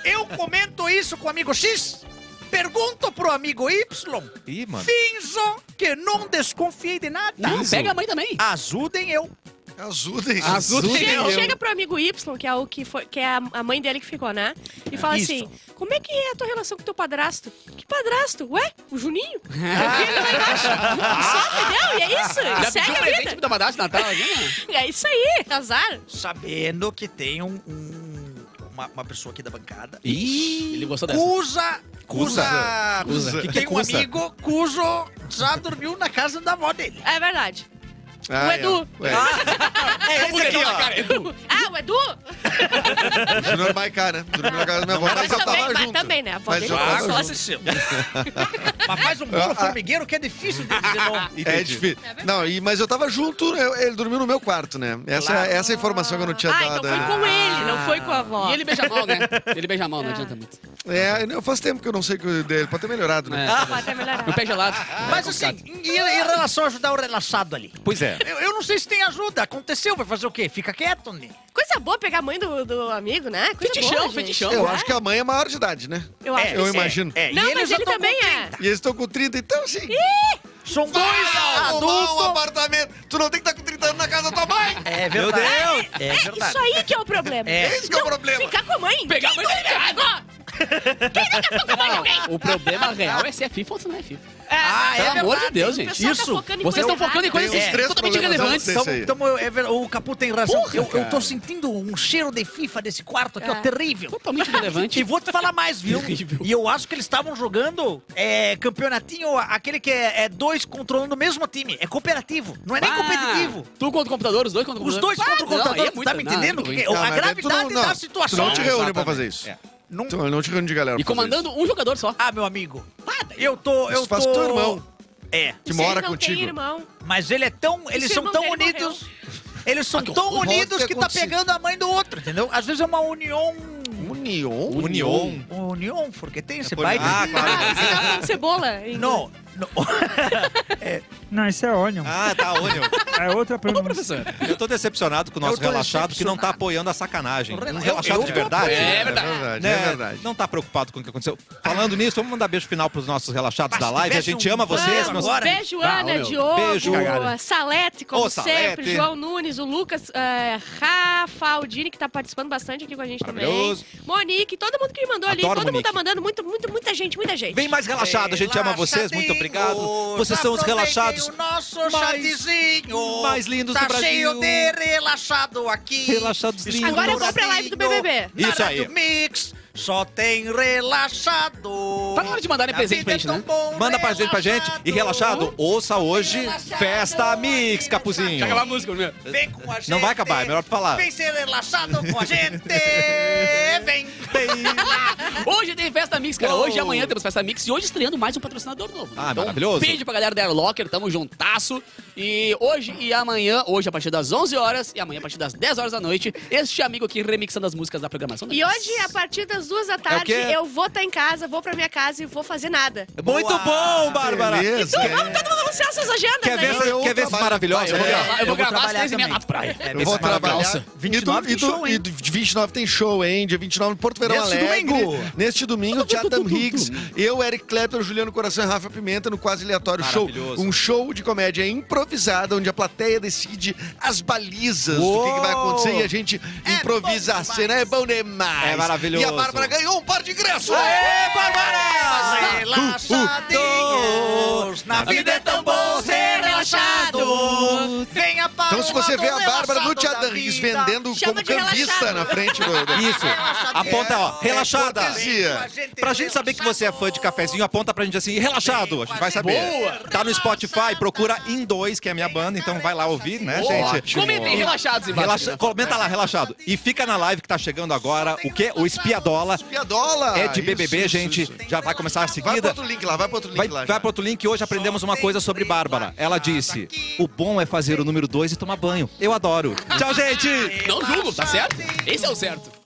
D: eu comento isso com o amigo X, pergunto pro amigo Y,
B: Ih, mano.
D: finjo que não desconfiei de nada.
A: Não, pega a mãe também.
D: Ajudem eu.
E: É Ajuda isso.
A: Azul
C: Chega,
A: entendeu.
C: chega pro amigo Y, que é, o que, foi, que é a a mãe dele que ficou, né? E fala
D: Isso.
C: assim: como é que é a tua relação com teu padrasto? Que padrasto? Ué? O
D: <laughs>
C: Juninho?
A: Já
C: Ele lá embaixo. Só, entendeu? E é isso.
A: pediu
C: Segue
A: um
C: a
A: presente pro
C: vida.
A: Dabadá de Natal aqui, né?
C: É isso aí. Azar.
D: Sabendo que tem um, um- uma, uma pessoa aqui da bancada.
B: Ih.
A: Ele gostou dessa.
D: Cusa. Cusa.
A: Cusa.
D: Que tem um
B: Cusa?
D: amigo cujo já dormiu na casa da avó dele.
C: É verdade.
E: Ah,
C: o
E: é.
C: Edu.
E: Ué,
D: É esse aqui, ó.
C: Ah, o Edu?
E: o Junior Baicá, né? Dormiu na casa da minha avó, mas
C: mas
E: já
C: também,
E: tava
C: mas
E: junto.
C: também, né? A avó
E: Mas
C: dele
E: já
C: é
E: tava
C: sócia.
E: junto.
D: <laughs> Mas faz um bolo formigueiro que é difícil de dizer não.
E: É difícil. Não, e, mas eu tava junto, eu- ele dormiu no meu quarto, né? Essa,
D: Claro.
E: essa informação que eu não tinha
C: Ah, então
E: dado. né?
C: foi
E: ainda.
C: com ele, não foi com a avó.
A: E ele beija
D: <laughs>
A: mal, né? Ele beija mal, não adianta muito.
E: É, eu- faz tempo que eu não sei que o dele. Pode ter melhorado, né?
A: É.
C: Pode até melhorar.
A: No pé gelado.
D: Mas
A: É
D: assim,
A: complicado.
D: em, em relação a ajudar o relaxado ali.
B: Pois é.
D: Eu, eu não sei se tem ajuda. Aconteceu, vai fazer o quê? Fica quieto, né?
C: Coisa boa pegar a mãe do, do amigo, né? Coisa boa,
A: Fetichão,
C: gente.
A: fetichão.
E: Eu acho que a mãe é maior de idade, né?
C: Eu acho.
E: Eu imagino.
D: É,
C: Não,
D: e eles
C: mas
D: já
C: ele
D: tão com
C: também é.
D: 30.
E: E eles estão com 30, então sim.
D: São dois
E: Vai arrumar um
D: adultos.
E: apartamento. Tu não tem que estar com 30 anos na casa da tua mãe.
D: É verdade.
B: Meu
D: É verdade.
C: Isso aí que é o problema.
D: É.
B: <laughs>
E: Esse que é o problema.
C: Ficar com a mãe.
A: Pegar a mãe
C: Quem
A: dele.
C: pegou?
A: O problema real é se é FIFA ou se não é FIFA.
D: Ah,
A: Pelo amor de Deus,
C: O
A: gente.
C: pessoal
D: Isso.
C: Tá focando em
A: Vocês
C: coisa
A: estão focando em
C: errada.
A: coisas
E: Tem uns três
A: totalmente
E: problemas,
A: irrelevantes.
E: não sei.
D: Então,
E: Isso aí.
D: então eu- é ver- o Capu tem razão.
A: Porra,
D: eu, eu
E: cara.
D: tô sentindo um cheiro de FIFA desse quarto aqui, ó, terrível.
A: Totalmente
D: E <laughs>
A: irrelevante.
D: vou te falar mais, viu?
A: Terrível.
D: E eu acho que eles estavam jogando é, campeonatinho, aquele que é, é dois controlando o mesmo time. É cooperativo, não é nem
A: Ah,
D: competitivo.
A: Tu contra o computador, os dois contra o
D: Os
A: computador.
D: dois contra o
A: Ah, não,
D: computador,
A: aí é
D: tu
A: muito-
D: tá me
A: não, é
D: entendendo?
A: muito
D: Porque
A: ruim.
E: Não,
D: a
E: mas daí
D: gravidade
E: tu não-
D: da
E: não,
D: situação.
E: Tu não te reúne pra
B: Exatamente.
E: fazer isso.
B: É.
D: Não-
E: Tu não te reúne de galera.
A: E
E: pra fazer isso.
A: comandando um jogador só.
D: Ah, meu amigo. Eu tô.
E: Isso
D: Eu
E: faz
D: tô...
E: teu irmão.
D: É.
B: um
E: que
C: Isso aí
E: mora
C: não Tem
E: contigo.
C: irmão.
D: Mas ele é tão. Eles
C: Esse
D: são
C: irmão
D: tão
C: dele
D: unidos. Eles são
E: Ah,
D: tão
E: o voto
D: unidos
E: que
D: que tá
E: aconteceu.
D: pegando a mãe do outro, entendeu? Às vezes é uma união.
E: Union?
B: Union.
D: União, porque
E: É
D: tem esse
B: por-
D: baita.
B: Ah,
D: <laughs>
B: claro. <laughs>
C: Você tá falando de cebola? hein?
D: Não, não. <laughs>
M: Não, isso é Onion.
B: Ah, tá, Onion.
M: É outra
A: Ô,
M: pronúncia.
A: professor.
B: Eu tô decepcionado com o
D: Eu
B: nosso
D: tô
B: relaxado que não tá apoiando a sacanagem.
D: Eu-
B: Um relaxado
D: eu
B: de
D: tô
B: verdade.
A: apoiando.
B: né?
A: É verdade.
E: verdade,
B: né,
E: é verdade.
B: Não tá preocupado com o que aconteceu. Falando nisso, vamos mandar beijo final pros nossos relaxados
D: Mas
B: da
D: se
B: live. A
D: tivesse
B: gente
D: um
B: ama vocês.
D: plano
B: meus-
D: agora-
C: Beijo,
A: Ah,
C: Ana,
A: meu.
C: Diogo,
B: Beijo, cagada.
C: Salete, como
B: Ô, Salete.
C: sempre, João Nunes, o Lucas, eh, Rafa, Aldini, que tá participando bastante aqui com a gente também.
B: Maravilhoso.
C: Monique, todo mundo que me mandou ali, todo mundo
B: Adoro
C: tá
B: Monique.
C: mandando muito, muito, muita gente, muita gente.
B: Vem mais relaxado, a gente ama vocês. Muito obrigado.
D: Relaxadinhos,
B: Vocês são os
D: aproveitem
B: relaxados
D: Tá O nosso
B: mais-
D: chatezinho.
B: mais lindos
D: tá
B: do Brasil.
D: cheio de relaxado aqui.
B: Relaxados lindos.
C: Agora eu vou pra live do BBB.
D: Na
B: Isso aí.
D: Rádio Mix, só tem relaxado. é
A: Tá na hora de mandarem presente pra gente, né?
B: Manda pra gente, pra gente. E relaxado, ouça hoje
D: Relaxado.
B: Festa Mix, Capuzinho.
A: Aquela música primeiro.
D: Vem com a gente.
B: Não vai acabar, é melhor tu falar.
D: Vem ser relaxado
B: <laughs>
D: com a gente. Vem.
A: Hoje tem festa mix, cara.
B: Uou.
A: Hoje e amanhã temos festa mix e hoje estreando mais um patrocinador novo.
B: Oh. Ah, maravilhoso.
A: Beijo pra galera da Airlocker, tamo juntasso. E hoje e amanhã, hoje a partir das 11 horas e amanhã a partir das 10 horas da noite, este amigo aqui remixando as músicas da programação. da
C: E
A: Mix.
C: hoje, a partir das duas da
B: É o
C: tarde,
B: quê?
C: eu vou estar em casa, vou pra minha casa e vou fazer nada.
B: É Muito bom, Bárbara. Então,
E: Beleza. é.
C: Todo mundo anunciar suas agendas,
B: Quer
C: né?
B: ver,
E: Eu
B: essa, quer ver esses
E: trabalho-
B: maravilhosos?
A: Eu vou
B: aí?
A: gravar, eu vou
D: eu vou
A: gravar às
D: trabalhar
A: 3 e meia na
D: também.
A: praia.
E: Eu vou trabalhar.
A: calça.
D: 29
E: e,
D: tem show,
E: e
D: hein?
E: 29 tem show, hein? Dia 29 no Porto Verão
D: Neste
E: Alegre.
D: domingo.
E: Neste domingo, Chatham Higgs, eu, Eric Clapton, Juliano Coração e Rafa Pimenta no Quase Aleatório Show.
B: Maravilhoso.
E: Um show de comédia improvisada, onde a plateia decide as balizas do que, que vai
B: Uou.
E: acontecer e a gente
A: É
E: improvisa a cena. É bom demais.
B: É maravilhoso.
E: E a Bárbara ganhou um par de ingressos.
B: Aê, Bárbara!
D: Relaxadinhos, na vida é tão bom ser relaxado. Venha para
E: Então, se você
D: o
E: vê a
D: lado
E: Bárbara no
D: relaxado da
E: Chatham Higgs
D: vida.
E: vendendo
C: Chama
E: como
C: de
E: cambista
C: relaxado.
E: na frente do. do-
D: É,
B: Isso. Aponta, ó. Relaxada.
E: cortesia.
B: Pra gente saber que você é fã de cafezinho, aponta pra gente assim, relaxado. A gente vai saber.
D: Boa.
B: Tá no Spotify, procura em dois, que é a minha banda, então vai lá ouvir, né, gente?
A: Comentem relaxados embaixo.
B: Relaxa, comenta lá, relaxado. E fica na live que tá chegando agora. O quê? O Espiadola.
E: Piadola.
B: É de
E: Isso,
B: BBB,
E: Ah, isso,
B: gente.
E: isso.
B: Já vai começar a
E: Vai pra
B: seguida.
E: outro link lá, vai pra outro link
B: Vai,
E: lá.
B: vai para outro link. Hoje aprendemos uma coisa sobre Bárbara. Ela disse: o bom é fazer o número dois e tomar banho. Eu adoro. Tchau, gente!
A: Não julgo, tá certo? Esse é o certo.